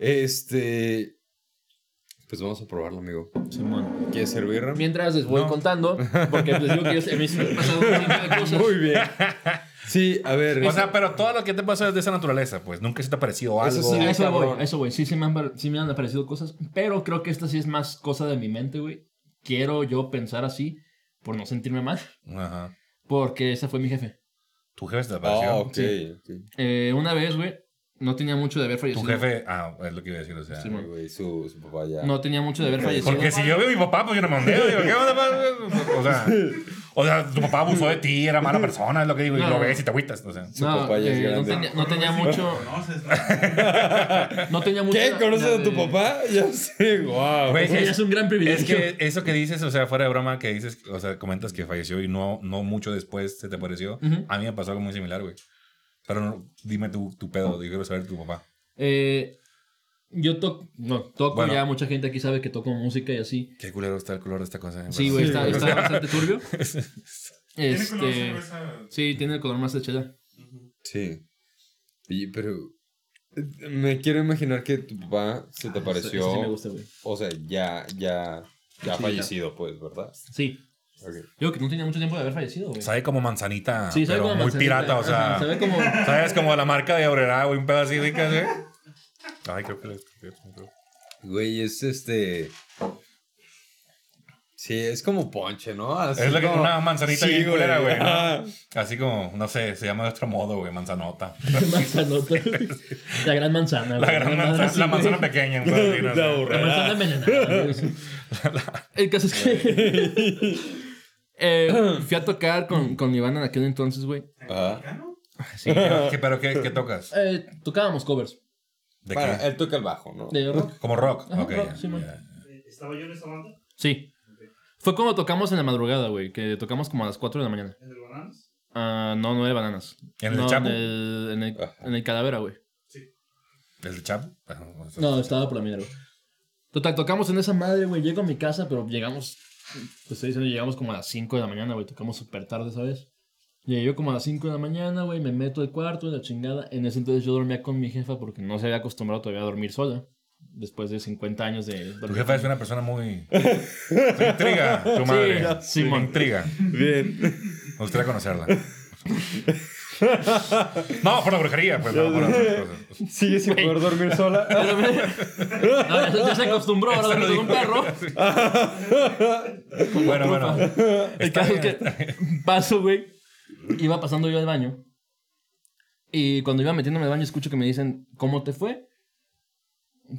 A: Este. Pues vamos a probarlo, amigo.
B: Simón.
A: ¿Quieres servir? Rami?
B: Mientras les voy contando, porque les digo que yo, a mí sí me han pasado un chingo de cosas.
A: Muy bien. Sí, a ver. Ah,
C: O sea, pero todo lo que te pasó es de esa naturaleza, pues. Nunca se te ha parecido algo.
A: Eso
B: Sí,
A: Ay,
B: a eso
A: cabrón.
B: voy, a eso voy. Sí, se me han, par- sí me han aparecido cosas, pero creo que esta sí es más cosa de mi mente, güey. Quiero yo pensar así por no sentirme mal,
C: Ajá.
B: porque esa fue mi jefe.
C: Tu jefe se te apareció.
A: Ah, ok. ok.
B: Eh, una vez, güey, no tenía mucho de haber
C: Tu
B: fallecido.
C: jefe. Ah, es lo que iba a decir, o sea.
B: Sí, man.
A: Ay, güey, su, su papá ya.
B: No tenía mucho de haber fallecido.
C: Porque si yo veo a mi papá, pues yo no me ondeo. Digo, ¿qué onda, papá? O sea, o sea, tu papá abusó de ti, era mala persona, es lo que digo. Y
B: No,
C: lo
B: no.
C: ves y te agüitas. O sea,
A: su papá ya es
B: no,
A: grande.
B: tenía, no tenía mucho.
D: Conoces,
B: No tenía mucho
A: ¿Qué?
B: de-
A: ¿Conoces a
B: de-
A: tu papá? Ya sé, guau.
C: Güey,
B: Güey,
C: es-
B: es un gran
C: Es
B: privilegio.
C: que eso que dices, o sea, fuera de broma, que dices, o sea, comentas que falleció y no, no mucho después se te apareció.
B: Ujú.
C: A mí me pasó algo muy similar, güey. Pero no- dime tu, tu pedo, yo quiero saber tu papá.
B: Eh, yo toco, no, toco
C: Bueno.
B: ya, mucha gente aquí sabe que toco música y así.
C: Qué culero está el color de esta cosa. eh,
B: Sí,
C: pero-
B: güey, está, está bastante turbio.
D: ¿Tiene color de
B: Este,
D: cerveza?
B: sí, tiene el color más de chela.
A: Sí. Oye, pero. eh, Me quiero imaginar que tu papá se te apareció.
B: Ah, Eso sí me gusta, güey.
A: O sea, ya, ya. Ya
B: Sí,
A: fallecido, pues, ¿verdad?
B: Sí.
A: Ok.
B: Yo que no tenía mucho tiempo de haber fallecido, güey.
C: Sabe como manzanita,
B: Sí, sabe
C: pero
B: como
C: muy
B: manzanita.
C: pirata, o sea.
B: Ajá, sabe como...
C: ¿Sabes? Como la marca de Aurora, güey, un pedo así, güey, que hace. Ay, creo que le...
A: Güey, es este. Sí, es como ponche, ¿no? Así
C: Es lo que-
A: como-
C: una manzanita bien culera, güey, ¿no?
A: Ajá.
C: Así como, no sé, se llama de otro modo, güey, manzanota.
B: Manzanota. La gran manzana.
C: La
B: güey.
C: gran
B: Una madre
C: manzana,
B: así,
C: la
B: güey.
C: manzana pequeña, un pedo así, no
A: La
C: sé.
A: Aurora.
B: La manzana envenenada. güey. El caso es que... eh, fui a tocar con, con Iván en aquel entonces, güey.
D: ¿Mexicano?
B: Sí.
C: ¿Qué- ¿Pero qué, qué tocas?
B: Eh, tocábamos covers
C: ¿De
A: Bueno,
C: qué?
A: él toca el bajo, ¿no?
B: de rock.
C: Como rock.
B: Ajá,
C: ok,
B: rock,
C: ya,
B: sí, man.
C: ya.
F: Eh, ¿Estaba yo en esa banda?
B: Sí. Fue cuando tocamos en la madrugada, güey. Que tocamos como a las 4 de la mañana.
F: ¿En el Bananas?
B: Ah, no, no de bananas.
C: ¿En el
B: No,
C: Chapo?
B: En el, en el,
A: Ajá.
B: en el calavera, güey.
C: ¿El Chapo? Ajá,
B: No, estaba por la minera, güey. Total, tocamos en esa madre, güey. Llego a mi casa, pero llegamos. Te estoy diciendo, llegamos como a las 5 de la mañana, güey. Tocamos súper tarde, ¿sabes? Llegué yo como a las 5 de la mañana, güey. Me meto al cuarto, la chingada. En ese entonces yo dormía con mi jefa porque no se había acostumbrado todavía a dormir sola. Después de 50 años de.
C: Tu
B: dormir
C: jefa es una persona muy... Te intriga, tu madre.
B: ya, sí,
C: Te
B: man.
C: intriga.
A: Bien.
C: Me gustaría conocerla. No, por la brujería, pues no, por otras cosas.
A: Sigue sin poder dormir sola.
B: Pero me- No, ya, se- ya se acostumbró ahora dormir con un perro.
C: Bueno, bueno.
B: El
C: Está
B: caso es
C: bien,
B: que paso, güey. Iba pasando yo al baño. Y cuando iba metiéndome al baño, escucho que me dicen, ¿cómo te fue?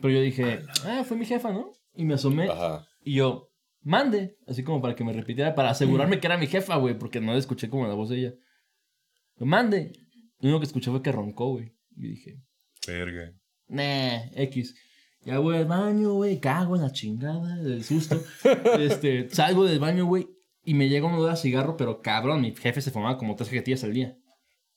B: Pero yo dije, ah, fue mi jefa, ¿no? Y me asomé
A: Ajá.
B: y yo, mande. Así como para que me repitiera, para
C: Mm.
B: asegurarme que era mi jefa, güey, porque no la escuché como la voz de ella. Yo, mande. Lo único que escuché fue que roncó, güey. Y dije,
C: Verga.
B: Nah, X. Ya voy al baño, güey, cago en la chingada del susto. este, salgo del baño, güey, y me llega un olor a cigarro, pero cabrón, mi jefe se fumaba como tres cajetillas al día.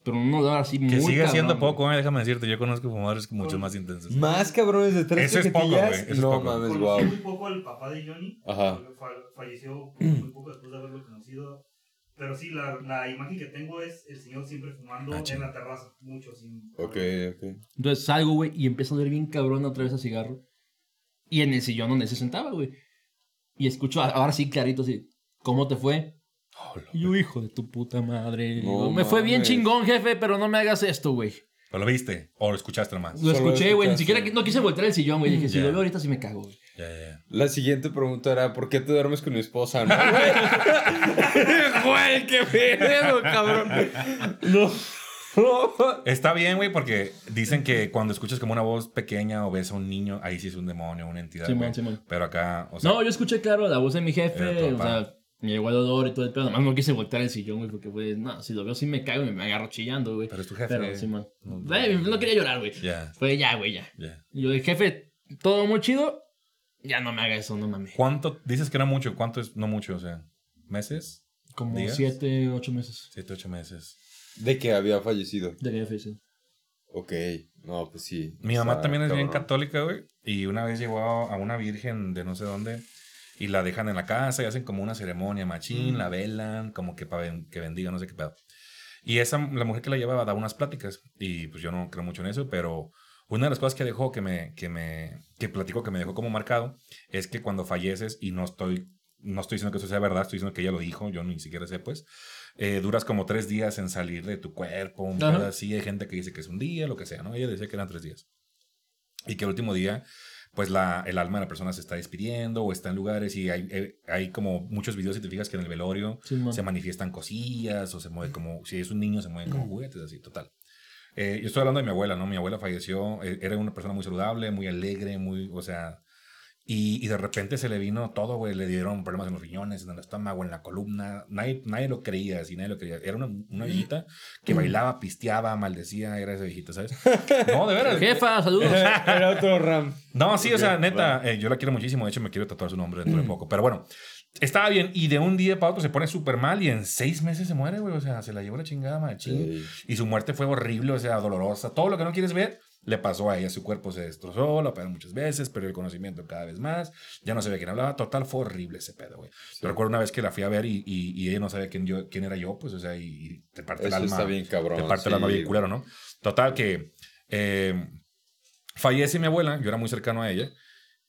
B: Pero un olor así muy
C: Que sigue
B: cabrón,
C: siendo
B: güey.
C: poco, eh, déjame decirte. Yo conozco fumadores mucho más intensos.
A: Más cabrones de tres
C: Eso es poco,
A: cajetillas.
C: güey, eso es
A: no
C: poco.
A: mames,
F: Conocí
A: guau. Ah.
F: muy poco al papá de Johnny.
A: Ajá.
F: Fa- falleció muy poco después de haberlo conocido. Pero sí, la, la imagen que tengo es el señor siempre fumando
C: Ah,
F: en
C: chinga.
F: la terraza. Mucho, sin...
A: Ok, ok.
B: Entonces salgo, güey, y empiezo a oler bien cabrón otra vez a cigarro. Y en el sillón donde se sentaba, güey. Y escucho a- ahora sí clarito así, ¿cómo te fue? Y yo, hijo de tu puta madre.
A: No
B: me fue bien
A: mames.
B: chingón, jefe, pero no me hagas esto, güey.
C: ¿O lo viste? ¿O lo escuchaste nomás?
B: Lo
A: Solo
B: escuché, güey, ni
A: escuchaste.
B: siquiera qui- no quise voltear el sillón, güey. Dije, si
C: Ya.
B: lo veo ahorita sí me cago, güey.
C: Ya, ya, ya.
A: La siguiente pregunta era: ¿Por qué te duermes con mi esposa? No, güey. Güey, qué pedo, cabrón. No.
C: Está bien, güey, porque dicen que cuando escuchas como una voz pequeña o ves a un niño, ahí sí es un demonio, una entidad.
B: Simón,
C: güey.
B: Simón.
C: Pero acá, o sea,
B: No, yo escuché claro la voz de mi
C: Era tu
B: jefe, o
C: papá.
B: sea, me llegó el olor y todo el pedo. Nomás no quise voltear el sillón, güey, porque, güey, no, si lo veo sí me caigo y me agarro chillando, güey.
C: pero es tu jefe.
B: Pero, Simón.
C: No, no.
B: Güey, no quería llorar, güey.
C: Ya,
B: Fue ya, güey, ya.
C: ya.
B: Y Yo de jefe, todo muy chido, ya no me haga eso, no mames.
C: ¿Cuánto? Dices que era mucho. ¿Cuánto es no mucho? O sea, ¿meses?
B: Como
C: ¿Días?
B: siete, ocho meses
C: Siete, ocho meses.
A: De que había fallecido.
B: de jefe, sí.
A: Ok, no, pues sí.
C: Mi mamá también es bien católica, güey. Y una vez llegó a una virgen de no sé dónde y la dejan en la casa y hacen como una ceremonia machín, la velan, como que para que bendiga, no sé qué pedo. Y esa, la mujer que la llevaba da unas pláticas y pues yo no creo mucho en eso, pero una de las cosas que dejó, que me, que me, que platico, que me dejó como marcado, es que cuando falleces y no estoy, no estoy diciendo que eso sea verdad, estoy diciendo que ella lo dijo, yo ni siquiera sé, pues, eh, duras como tres días en salir de tu cuerpo, un
B: Ajá.
C: pedo así, hay gente que dice que es un día, lo que sea, ¿no? Ella decía que eran tres días. Y que el último día, pues la, el alma de la persona se está despidiendo o está en lugares y hay, eh, hay como muchos videos, si te fijas, que en el velorio
B: Simón.
C: se manifiestan cosillas o se mueve como, si es un niño se mueven como juguetes, así, total. Eh, yo estoy hablando de mi abuela, ¿no? Mi abuela falleció, eh, era una persona muy saludable, muy alegre, muy, o sea, y, y de repente se le vino todo, güey, le dieron problemas en los riñones, en el estómago, en la columna, nadie, nadie lo creía, así, nadie lo creía. Era una, una viejita que bailaba, pisteaba, maldecía, era esa viejita, ¿sabes? No, de veras.
B: Jefa, saludos.
A: Era otro Ram.
C: No, sí, o sea,
A: Ok, Mm.
C: neta, eh, yo la quiero muchísimo. De hecho, me quiero tatuar su nombre dentro de poco. Pero bueno, estaba bien. Y de un día para otro se pone súper mal y en seis meses se muere, güey. O sea, se la llevó la chingada, machín. Y su muerte fue horrible, o sea, dolorosa. Todo lo que no quieres ver le pasó a ella. Su cuerpo se destrozó, la operaron muchas veces, perdió el conocimiento cada vez más. Ya no sabía quién hablaba. Total, fue horrible ese pedo, güey. Yo Recuerdo una vez que la fui a ver y, y- y ella no sabía quién, yo, quién era yo, pues, o sea, y, y te parte el
A: Eso
C: alma.
A: está bien cabrón.
C: Te parte
A: sí,
C: la novia
A: güey.
C: culero, ¿no? Total, que eh, fallece mi abuela, yo era muy cercano a ella,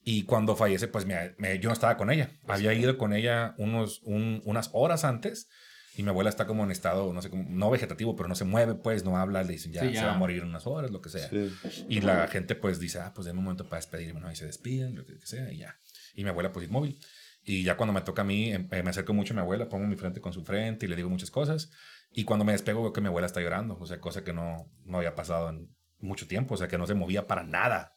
C: y cuando fallece, pues me- me- yo no estaba con ella.
A: Pues
C: Había ido con ella unos, un- unas horas antes, y mi abuela está como en estado, no sé, como- no vegetativo, pero no se mueve, pues no habla, le dicen ya,
B: Sí, ya.
C: se va a morir en unas horas, lo que sea.
A: Sí.
C: Y la gente pues dice, ah, pues denme un momento para despedirme, ¿no? Y se despiden, lo que sea, y ya. Y mi abuela pues inmóvil. Y ya cuando me toca a mí, em- eh, me acerco mucho a mi abuela, pongo mi frente con su frente y le digo muchas cosas. Y cuando me despego veo que mi abuela está llorando, o sea, cosa que no, no había pasado en mucho tiempo, o sea, que no se movía para nada.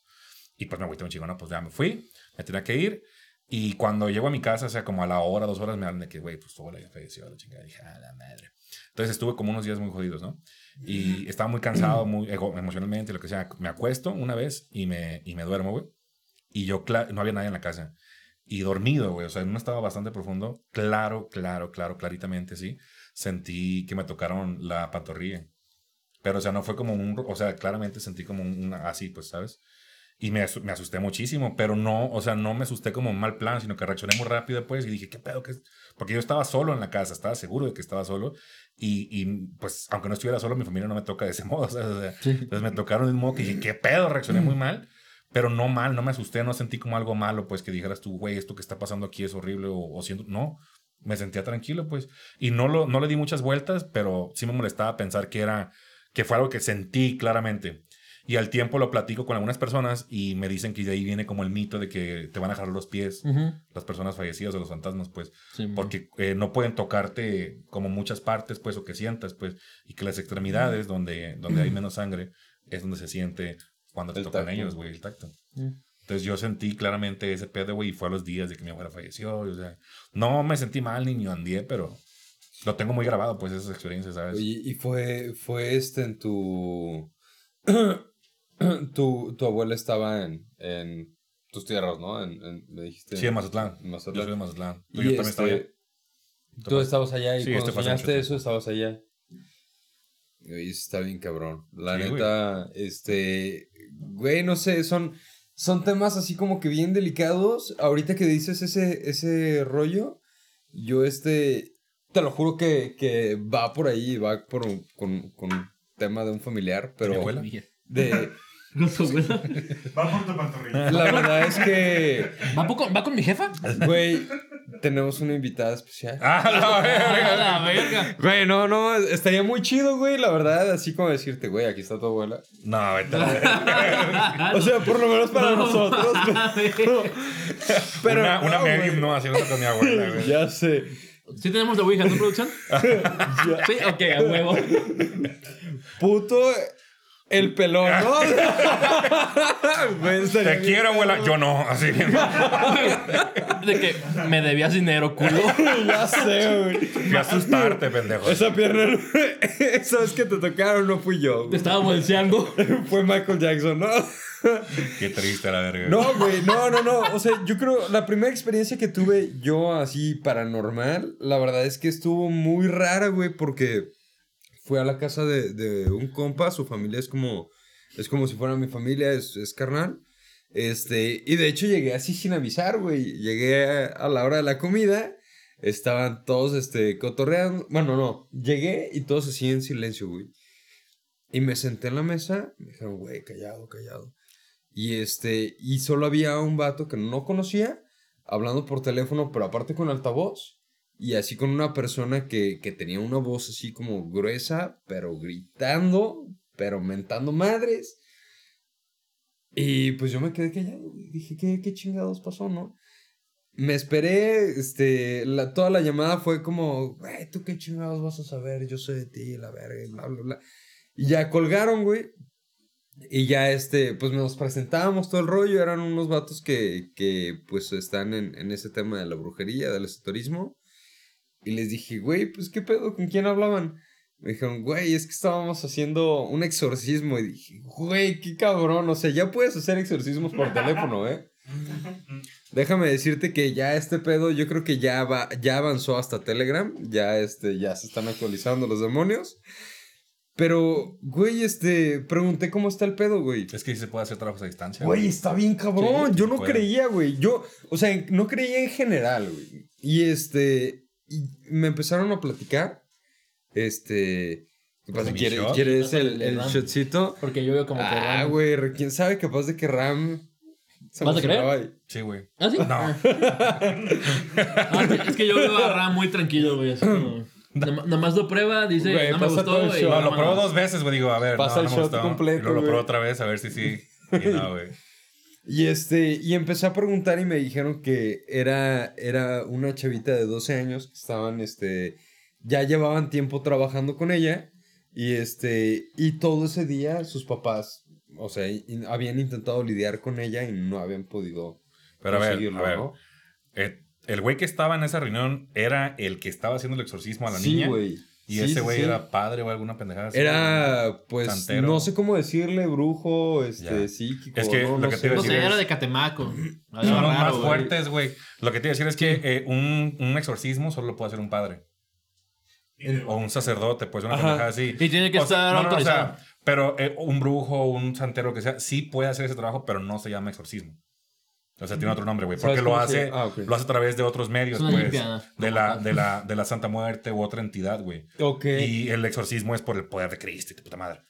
C: Y pues me agüité un chingo, no, pues ya me fui, me tenía que ir. Y cuando llego a mi casa, o sea, como a la hora, dos horas, me hablan de que, güey, pues tu abuela ya falleció, la chingada. Y dije, a la madre. Entonces estuve como unos días muy jodidos, ¿no? Y estaba muy cansado, muy ego- emocionalmente, lo que sea. Me acuesto una vez y me, y me duermo, güey. Y yo, cla- no había nadie en la casa. Y dormido, güey, o sea, en un estado bastante profundo, claro, claro, claro, claritamente, sí, sentí que me tocaron la pantorrilla. Pero, o sea, no fue como un, ro- o sea, claramente sentí como un, una- así, pues, ¿sabes? Y me, asu- me asusté muchísimo, pero no, o sea, no me asusté como un mal plan, sino que reaccioné muy rápido, pues, y dije, ¿qué pedo? que Porque yo estaba solo en la casa, estaba seguro de que estaba solo, y, y, pues, aunque no estuviera solo, mi familia no me toca de ese modo, ¿sabes? O sea,
B: Sí.
C: entonces me tocaron de un modo que dije, ¿qué pedo? Reaccioné muy mal, pero no mal, no me asusté, no sentí como algo malo, pues, que dijeras tú, güey, esto que está pasando aquí es horrible, o, o siento, no. Me sentía tranquilo, pues. Y no, lo, no le di muchas vueltas, pero sí me molestaba pensar que era, que fue algo que sentí claramente. Y al tiempo lo platico con algunas personas y me dicen que de ahí viene como el mito de que te van a jalar los pies
B: Ujú.
C: las personas fallecidas o los fantasmas, pues,
B: Simón.
C: porque eh, no pueden tocarte como muchas partes, pues, o que sientas, pues, y que las extremidades donde, donde hay menos sangre es donde se siente cuando te
A: El
C: tocan
A: tacto.
C: ellos, güey, el tacto.
B: Mm.
C: Entonces yo sentí claramente ese pedo, güey, y fue a los días de que mi abuela falleció, o sea, no me sentí mal ni ni andé, pero lo tengo muy grabado, pues, esas experiencias, ¿sabes?
A: Oye, y fue, fue este en tu... tu, tu abuela estaba en, en tus tierras, ¿no? En, en- me dijiste...
C: Sí, de Mazatlán.
A: en
C: Yo soy de
A: Mazatlán.
C: Mazatlán.
A: Y
C: Pero yo
A: este,
C: también estaba allá.
A: Tú estabas allá y
C: Sí,
A: cuando
C: este fue hace
A: soñaste
C: mucho tiempo.
A: eso, estabas allá. Güey, eso está bien cabrón. La
C: Sí, güey.
A: neta, este... Güey, no sé, son... Son temas así como que bien delicados. Ahorita que dices ese, ese rollo, yo este... Te lo juro que, que va por ahí, va por, un- con, con un tema de un familiar, pero...
C: mi abuela?
A: De,
B: ¿Con tu abuela?
F: Va por tu pantorrilla.
A: la verdad es que,
B: ¿Va, poco- ¿Va con mi jefa?
A: güey, tenemos una invitada especial.
C: ¡Ah, la
B: A
C: verga!
B: la verga.
A: Güey, no, no, estaría muy chido, güey, la verdad, así como decirte, güey, aquí está tu abuela.
C: No, vete a la verga.
A: O sea, por lo menos para nosotros. Pero, pero
C: una una
A: no,
C: medium
A: güey.
C: no haciendo con mi abuela, güey.
A: Ya sé.
B: ¿Sí tenemos la Ouija, no, producción? sí, ok, a huevo.
A: Puto el pelón, ¿no? Güey, estaría
C: Te
A: bien.
C: quiero, abuela. Yo no, así.
B: De que me debías dinero, culo.
A: ya sé, güey.
C: Fui a asustarte, pendejo.
A: Esa pierna, esa vez que te tocaron no fui yo.
B: Te
A: güey.
B: estaba bolseando.
A: Fue Michael Jackson, ¿no?
C: Qué triste la verga.
A: No, güey, no, no, no. O sea, yo creo, la primera experiencia que tuve yo así paranormal, la verdad es que estuvo muy rara, güey, porque fui a la casa de, de un compa, su familia es como, es como si fuera mi familia, es, es carnal. Este, y de hecho llegué así sin avisar, güey. Llegué a, a la hora de la comida, estaban todos, este, cotorreando. Bueno, no, llegué y todos así en silencio, güey. Y me senté en la mesa, me dijeron, güey, callado, callado. Y este, y solo había un vato que no conocía, hablando por teléfono, pero aparte con altavoz. Y así con una persona que, que tenía una voz así como gruesa, pero gritando, pero mentando madres. Y pues yo me quedé callado, güey. dije, ¿qué, qué chingados pasó, no? Me esperé, este, la, toda la llamada fue como, güey, ¿tú qué chingados vas a saber? Yo sé de ti, la verga, y bla, bla, bla. Y ya colgaron, güey. Y ya, este, pues nos presentábamos todo el rollo. Eran unos vatos que, que pues, están en, en ese tema de la brujería, del esoterismo. Y les dije, güey, pues, ¿qué pedo? ¿Con quién hablaban? Me dijeron, güey, es que estábamos haciendo un exorcismo. Y dije, güey, qué cabrón. O sea, ya puedes hacer exorcismos por teléfono, ¿eh? Déjame decirte que ya este pedo, yo creo que ya, va, ya avanzó hasta Telegram. Ya, este, ya se están actualizando los demonios. Pero, güey, este, pregunté cómo está el pedo, güey.
C: Es que sí se puede hacer trabajos a distancia.
A: Güey, está bien cabrón.
C: Sí,
A: yo
C: sí
A: no
C: puede.
A: creía, güey. Yo, o sea, en- no creía en general, güey. Y este, y me empezaron a platicar. Este, ¿qué pasa?
C: ¿Mi
A: ¿Quiere-
C: shot?
A: ¿Quieres el,
B: Le
A: el
B: dan.
A: shotcito?
B: Porque yo veo como que.
A: Ah,
B: Ram-
A: güey, re- quién sabe capaz de que Ram. se
B: ¿Vas a creer?
A: emocionaba y-
C: Sí, güey.
B: ¿Ah, sí?
C: No.
B: Ah, es que- es que yo veo a Ram muy tranquilo, güey. así como- Nada nada más lo prueba, dice,
A: Güey,
B: no me
A: pasa todo
B: gustó,
A: el
B: güey.
A: show.
C: No,
B: no,
C: lo
B: no,
C: probó
B: no.
C: dos veces, güey. Digo, a ver,
A: Pasa
C: no,
A: el
C: no me
A: shot
C: gustó.
A: completo,
C: Y luego lo
A: güey.
C: probó otra vez, a ver si sí. Y no, güey.
A: Y este, y empecé a preguntar y me dijeron que era, era una chavita de 12 años que estaban, este, ya llevaban tiempo trabajando con ella y este, y todo ese día sus papás, o sea, in- habían intentado lidiar con ella y no habían podido
C: Pero a ver,
A: conseguirlo,
C: a ver.
A: ¿no?
C: eh, el güey que estaba en esa reunión era el que estaba haciendo el exorcismo a la
A: sí,
C: niña.
A: güey.
C: Y
A: Sí, sí,
C: ese güey
A: sí.
C: era padre o alguna pendejada. así, güey.
A: Era, pues,
C: santero.
A: no sé cómo decirle, brujo, este,
C: Ya.
A: psíquico,
C: Es que
A: no,
C: lo
A: no
C: que te
A: sé.
C: iba a
B: No
C: decir
B: sé,
C: es-
B: era de Catemaco. Algo
C: Son los
B: raro,
C: más
B: güey.
C: fuertes, güey. Lo que te iba a decir es que eh, un, un exorcismo solo lo puede hacer un padre. O un sacerdote, pues una
A: Ajá.
C: pendejada así.
B: Y tiene que
C: O sea,
B: estar
C: no, no, o sea,
B: autorizado.
C: pero eh, un brujo, un santero, que sea, sí puede hacer ese trabajo, pero no se llama exorcismo. O sea, tiene otro nombre, güey.
A: ¿Sabes
C: Porque lo
A: cómo se-
C: hace,
A: ah, ok.
C: lo hace a través de otros medios,
B: Es una
C: pues.
B: limpiada.
C: De la, de, la, de la Santa Muerte u otra entidad, güey.
A: Ok.
C: Y el exorcismo es por el poder de Cristo y tu puta madre.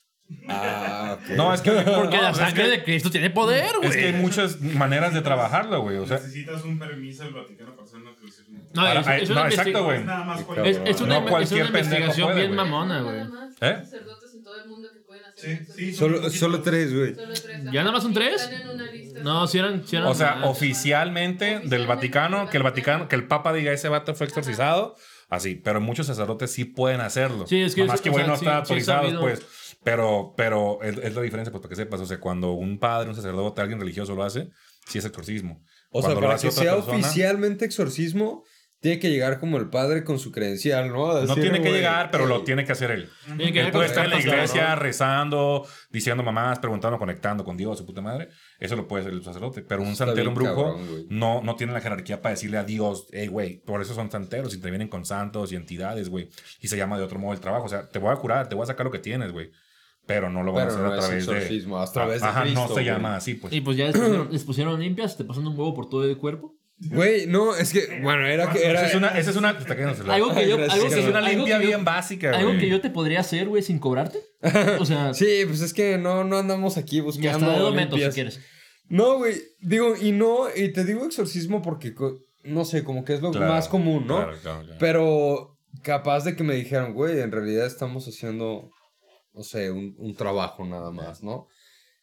A: Ah, ok.
C: No, es que.
B: Porque
C: no,
B: la
C: es
B: sangre
C: que-
B: de Cristo tiene poder, güey.
C: Es que hay muchas maneras de trabajarlo, güey. O sea,
D: Necesitas un permiso del Vaticano para hacer una exorcismo.
B: No,
C: para-
B: es,
C: ay,
B: es
C: no,
B: una investi-
C: exacto, güey.
F: Es nada más
B: Es,
A: cabrón.
B: es una,
C: No
B: es
C: cualquier
B: una
C: pendejo
B: investigación
C: puede,
B: bien
C: güey.
B: mamona, güey.
E: Nada más,
C: ¿Eh?
E: hay Sacerdotes en todo el mundo que pueden hacer
D: Sí,
E: un exorcismo.
D: sí, son
A: Solo, solo tres, güey.
E: Solo tres.
B: ¿Ya nada más son
E: Y
B: tres?
E: Están en una lista.
B: No, si eran. Si eran
C: O sea,
B: más.
C: oficialmente del Vaticano, que el Vaticano, que el Papa diga ese vato fue exorcizado, así, pero muchos sacerdotes sí pueden hacerlo.
B: Sí, es que
C: Más
B: yo-
C: que
B: o sea,
C: bueno, no
B: sí,
C: está
B: sí he
C: autorizado,
B: sabido.
C: pues. Pero, pero es, es la diferencia, pues, para que sepas. O sea, cuando un padre, un sacerdote, alguien religioso lo hace, sí es exorcismo.
A: O sea,
C: Cuando lo
A: para
C: hace
A: que
C: otra
A: sea
C: persona,
A: oficialmente exorcismo, tiene que llegar como el padre con su credencial, ¿no? A
C: No
A: decir,
C: tiene que
A: güey, eh,
C: llegar, pero
A: "Ey".
C: lo tiene que hacer él.
B: Tiene que
C: Él
B: ver
C: puede
B: con
C: estar en la
B: cartas, cabrón.
C: iglesia rezando, diciendo mamás, preguntando, conectando con Dios, su puta madre. Eso lo puede hacer el sacerdote. Pero un
A: Está
C: santero, un
A: bien
C: brujo,
A: cabrón, güey.
C: no, no tiene la jerarquía para decirle a Dios, hey, güey, por eso son santeros, intervienen con santos y entidades, güey. Y se llama de otro modo el trabajo. O sea, te voy a curar, te voy a sacar lo que tienes, güey. Pero no lo
A: Pero
C: van a hacer
A: no
C: a
A: es
C: través de.
A: exorcismo, a través de
C: Ajá,
A: Cristo,
C: no se
A: güey.
C: llama así, pues.
B: Y pues ya les pusieron, les pusieron limpias, te pasan un huevo por todo el cuerpo.
A: Güey, no, es que, bueno, era que
C: Esa
A: era...
C: Ah, pues es una. Esa es una, te está cayendo el celular.
B: Algo que yo.
A: Gracias,
B: Algo
C: Esa
B: que,
C: es una
B: algo
C: limpia
B: que yo-
C: bien básica, güey.
B: Algo que yo te podría hacer, güey, sin cobrarte. O sea,
A: Sí, pues es que no, no andamos aquí
B: y hasta
A: buscando
B: de momento, si
A: limpias.
B: quieres.
A: No, güey, digo, y no, y te digo exorcismo porque, co- no sé, como que es lo
C: Claro,
A: más común, ¿no?
C: claro, claro, claro.
A: Pero capaz de que me dijeron, güey, en realidad estamos haciendo, no sé, un, un trabajo nada más, ¿no?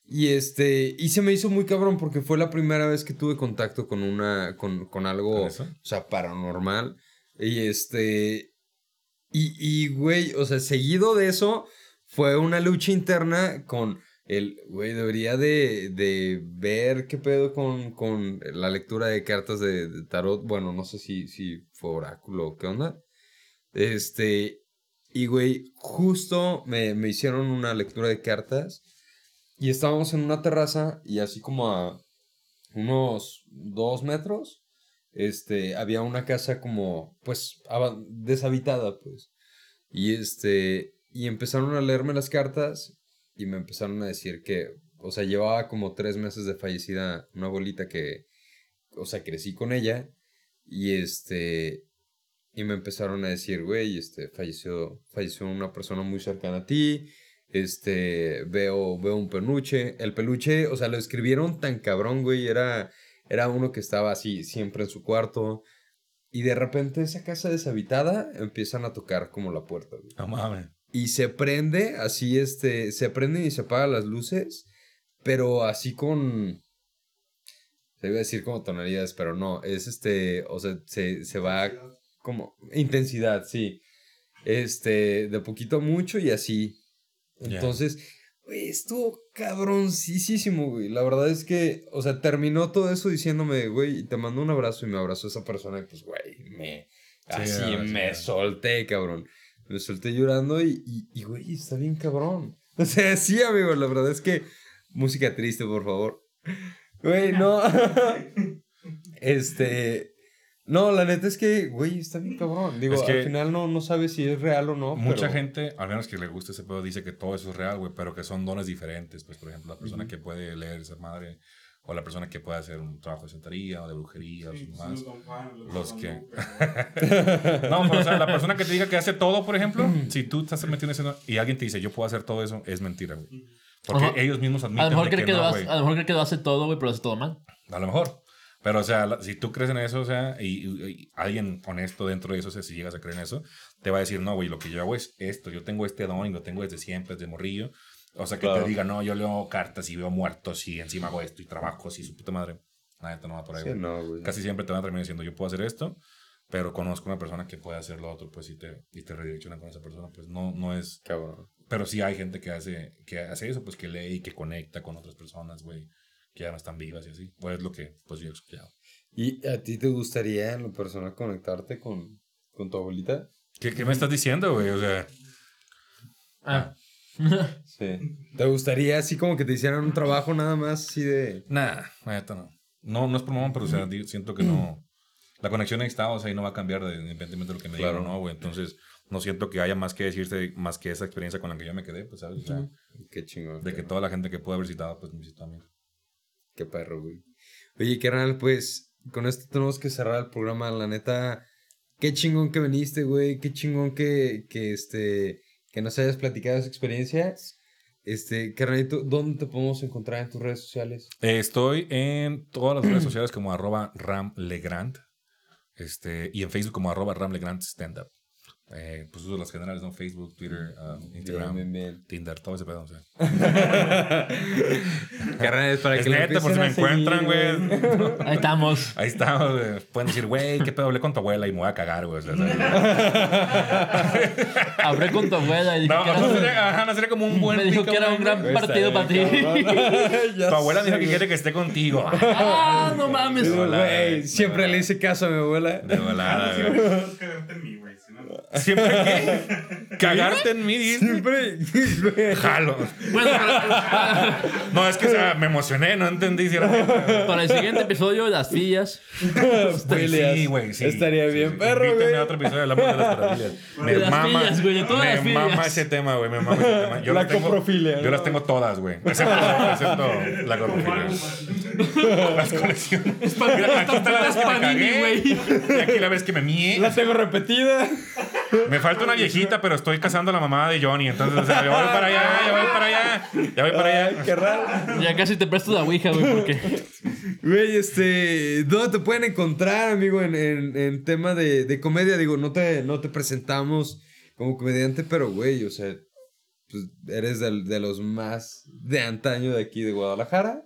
A: Y este, y se me hizo muy cabrón porque fue la primera vez que tuve contacto con una, con, con algo,
C: ¿Con
A: o
C: eso?
A: sea, paranormal. Y este, y, y, güey, o sea, seguido de eso, fue una lucha interna con el, güey, debería de, de ver qué pedo con, con la lectura de cartas de, de tarot. Bueno, no sé si, si fue oráculo o qué onda. Este, y güey, justo me, me hicieron una lectura de cartas y estábamos en una terraza y así como a unos dos metros, este, había una casa como, pues, aba- deshabitada, pues. Y este, y empezaron a leerme las cartas y me empezaron a decir que, o sea, llevaba como tres meses de fallecida una abuelita que, o sea, crecí con ella y este, y me empezaron a decir, güey, este, falleció, falleció una persona muy cercana a ti, este, veo, veo un peluche, el peluche, o sea, lo escribieron tan cabrón, güey, era, era uno que estaba así siempre en su cuarto. Y de repente esa casa deshabitada empiezan a tocar como la puerta, güey.
C: No mames.
A: Y se prende, así este, se prenden y se apagan las luces, pero así con... Se iba a decir como tonalidades, pero no, es este, o sea, se, se va como intensidad, sí. Este, de poquito a mucho y así.
C: Ya.
A: Entonces, güey, estuvo cabroncísimo, güey. La verdad es que, o sea, terminó todo eso diciéndome, güey, te mando un abrazo y me abrazó esa persona y pues, güey, me...
C: Sí,
A: así
C: ahora sí,
A: me
C: ya.
A: solté, cabrón. Me solté llorando y, y, y, güey, está bien cabrón. O sea, sí, amigo, la verdad es que... Música triste, por favor. Güey, no. este... No, la neta es que, güey, está bien cabrón. Digo,
C: Es que-
A: al final no, no sabes si es real o no.
C: Mucha
A: pero-
C: gente, al menos que le gusta ese pedo, dice que todo eso es real, güey, pero que son dones diferentes. Pues, por ejemplo, la persona que puede leer esa madre, o la persona que puede hacer un trabajo de santería o de brujería,
D: Sí,
C: o
D: pues,
C: más.
D: los Don Juan,
C: los
D: Don
C: que-
D: Lupe,
C: No, pero o sea, la persona que te diga que hace todo, por ejemplo, si tú estás metiendo ese y alguien te dice, yo puedo hacer todo eso, es mentira, güey. Porque
B: Ajá.
C: ellos mismos
B: A
C: admiten
B: lo, mejor
C: de
B: cree que
C: no,
B: lo ah. hace,
C: güey.
B: a lo mejor cree que lo hace todo, güey, pero lo hace todo mal.
C: A lo mejor. Pero, o sea, la- si tú crees en eso, o sea, y, y- y alguien honesto dentro de eso, o sea, si llegas a creer en eso, te va a decir, no, güey, lo que yo hago es esto, yo tengo este don y lo tengo desde siempre, desde morrillo. O sea, que
A: Claro.
C: te diga, no, yo leo cartas y veo muertos y encima hago esto y trabajo así, su puta madre. Nada, no va por ahí,
A: Sí,
C: güey.
A: no, güey.
C: Casi siempre te van a terminar diciendo, yo puedo hacer esto, pero conozco una persona que puede hacer lo otro, pues, y te, y te redireccionan con esa persona, pues, no, no es...
A: Cabrón.
C: Pero sí hay gente que hace, que hace eso, pues que lee y que conecta con otras personas, güey, que ya no están vivas y así. Pues es lo que pues yo he escuchado.
A: ¿Y a ti te gustaría en lo personal conectarte con, con tu abuelita?
C: ¿Qué, qué me estás diciendo, güey? O sea,
B: Ah.
A: Sí. ¿Te gustaría así como que te hicieran un trabajo nada más así de...
C: nada, neta no. No, no es por mamón, pero o sea, di- siento que no. La conexión está, o sea, y no va a cambiar de- independientemente de lo que me digan
A: Claro.
C: o no, güey. Entonces, no siento que haya más que decirte, más que esa experiencia con la que yo me quedé, pues, ¿sabes? O sea,
A: Qué chingón.
C: de que
A: cabrón.
C: toda la gente que pude haber citado, pues me citó a mí.
A: Qué perro, güey. Oye, carnal, pues con esto tenemos que cerrar el programa. La neta, qué chingón que viniste, güey. Qué chingón que, que, este, que nos hayas platicado esa experiencia. Este, carnalito, ¿dónde te podemos encontrar en tus redes sociales?
C: Eh, Estoy en todas las redes sociales como arroba ramlegrand. Este, y en Facebook como arroba ramlegrand standup. Eh, pues uso las generales, ¿no? Facebook, Twitter, um, Instagram,
A: Bien, bien,
C: Tinder, todo ese pedo. O sea.
A: bien. Carnal, es para
C: Es
A: que lo
C: neta, por si me
A: empiecen a
C: encuentran,
A: seguir,
C: güey.
B: Ahí estamos.
C: Ahí está, güey. pueden decir, güey, qué pedo, hablé con tu abuela y me voy a cagar, güey. O sea, ¿sabes?
B: Hablé con tu abuela y dije
C: no,
B: que era-
C: no sería, ajá, no sería como un buen
B: me dijo
C: pick-up
B: que era un
C: line,
B: gran
C: güey.
B: partido para ti.
A: tu
C: Tu abuela me dijo que quiere que esté contigo.
B: ah, no mames.
C: No. Hola,
A: Güey,
C: güey.
A: siempre le hice caso a mi abuela.
C: De volada, güey.
D: Puedes cagarte en mí, güey. Si no,
C: Siempre que cagarte en mí, dijiste.
A: Siempre. güey.
C: Jalo.
B: Bueno, para,
C: No, es que o sea, me emocioné, no entendí si era.
B: para el siguiente episodio, las sillas.
A: Peleas.
C: Sí, güey, sí.
A: Estaría
C: Sí,
A: bien,
C: sí.
A: perro,
C: Invítenme
A: güey.
C: a otro episodio de la Mujer de las Maravillas. Me
B: De las
C: mama,
B: fillas, güey, de todas
C: me
B: las fillas.
C: mama ese tema, güey, me mama ese tema. Yo
A: La
C: las tengo-
A: coprofilia,
C: Yo
A: ¿no?
C: las tengo todas, güey. Excepto, excepto la coprofilia. Las colecciones. Mira, aquí está la vez que me
B: Panini,
C: cagué.
B: güey.
C: Y aquí la vez que me mié.
A: La tengo repetida.
C: Me falta una viejita, pero estoy casando a la mamá de Johnny. Entonces, o sea, yo voy para allá, yo voy para allá. Ya voy para
A: Ay,
C: allá.
A: qué raro.
B: Ya casi te presto la ouija, güey, porque
A: Güey, este. ¿Dónde te pueden encontrar, amigo, en, en- en tema de, de comedia? Digo, no te, no te presentamos como comediante, pero, güey, o sea, pues, eres del- de los más de antaño de aquí de Guadalajara.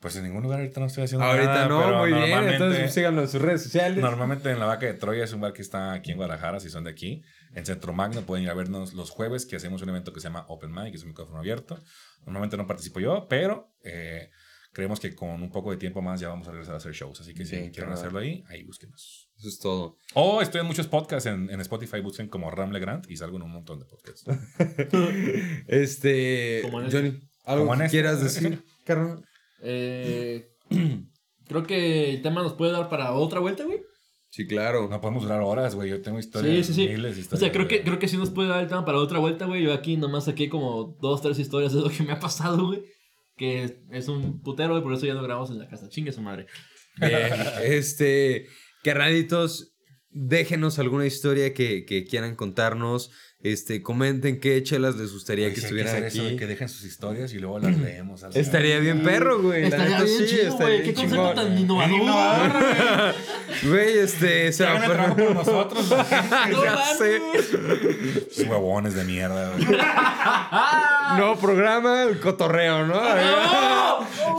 C: Pues en ningún lugar ahorita no estoy haciendo nada.
A: Ahorita no,
C: Ah, pero
A: muy bien. pues,
C: normalmente-
A: Entonces síganos en sus redes sociales.
C: Normalmente en la vaca de Troya es un bar que está aquí en Guadalajara, si son de aquí. en Centro Magno. Pueden ir a vernos los jueves que hacemos un evento que se llama Open Mic, que es un micrófono abierto. Normalmente no participo yo, pero eh, creemos que con un poco de tiempo más ya vamos a regresar a hacer shows. Así que si
A: Sí,
C: quieren
A: claro.
C: hacerlo ahí, ahí búsquenos.
A: Eso es todo.
C: O estoy en muchos podcasts en, en Spotify, busquen como Ramle Grant y salgo en un montón de podcasts.
A: Este.
B: Como en este.
A: Johnny, ¿algo
C: Como en
A: que
C: este.
A: quieras decir, carnal?
B: Eh, creo que el tema nos puede dar para otra vuelta, güey.
A: Sí, claro.
C: No podemos durar horas, güey. Yo tengo historias.
B: Sí, sí, sí.
C: Miles de
B: O
C: historias,
B: sea, creo que,
C: güey.
B: creo que sí nos puede dar el tema para otra vuelta, güey. Yo aquí nomás saqué como dos, tres historias de lo que me ha pasado, güey. Que es un putero, güey, por eso ya no grabamos en la casa. Chingue su madre.
A: Bien, este, carnalitos, déjenos alguna historia que, que quieran contarnos. Este, comenten qué chelas les gustaría
C: Oye,
A: que
C: sí hay
A: estuvieran
C: hacer eso de
A: aquí.
C: que dejen sus historias y luego las leemos. al-
A: Estaría bien perro, güey. la
B: Estaría
A: neta,
B: bien
A: sí,
B: chido,
A: estaría bien
B: güey. Qué concepto
A: chingón.
B: tan innovador.
C: Innovador, güey.
A: Güey, este, se
C: Se
A: va
C: hagan
A: a
C: el trabajo
A: poner-
C: por nosotros.
B: No
A: Ya
B: mames.
A: sé.
C: Sus huevones de mierda. güey.
B: Ah,
A: Nuevo programa, el cotorreo, ¿no?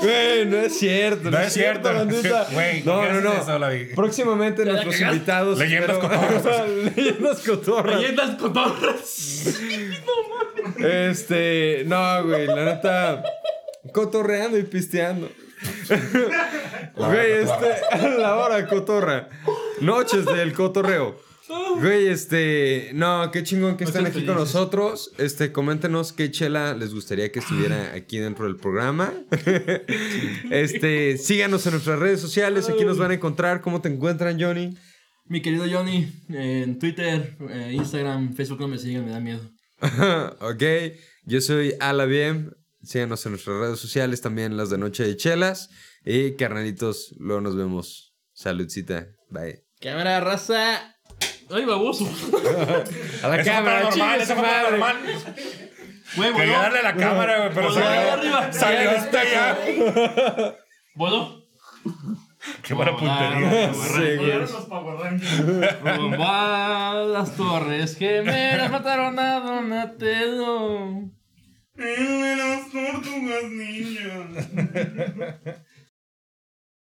A: Güey, no es cierto.
C: No es cierto.
A: bandita.
C: Güey,
A: no,
C: ¿qué
A: no,
C: haces
A: no.
C: eso, Lavi?
A: Próximamente
B: la
A: nuestros
B: cagaste.
A: invitados.
C: Leyendas
A: cotorras. Leyendas cotorras.
B: Leyendas cotorras.
A: Este, no, güey, la neta. Cotorreando y pisteando. Güey, este, la hora cotorra. Noches del cotorreo. Güey, este, no, qué chingón que
B: No
A: están
B: sean
A: aquí con
B: felices.
A: nosotros. Este, coméntenos qué chela les gustaría que estuviera aquí dentro del programa. Este, síganos en nuestras redes sociales, aquí nos van a encontrar. ¿Cómo te encuentran, Johnny?
B: Mi querido Johnny, en Twitter, eh, Instagram, Facebook no me sigan, me da miedo.
A: ok, yo soy Alaviem. Síganos en nuestras redes sociales, también las de Noche de Chelas. Y carnalitos, luego nos vemos. Saludcita, bye.
B: Cámara raza. Ay, baboso.
A: A la
C: Eso fue paranormal, eso fue paranormal.
B: Güey,
C: Quería
B: voló.
C: darle a la cámara, güey, pero
B: Voló ahí arriba.
C: salió, salió este,
B: Ya,
C: hasta allá.
B: Voló.
C: Qué buena
B: Volar,
C: puntería.
B: volar,
F: Volaron los Power Rangers.
B: Rumba las torres gemelas mataron a Donatello.
D: Eh, El de las tortugas niñas.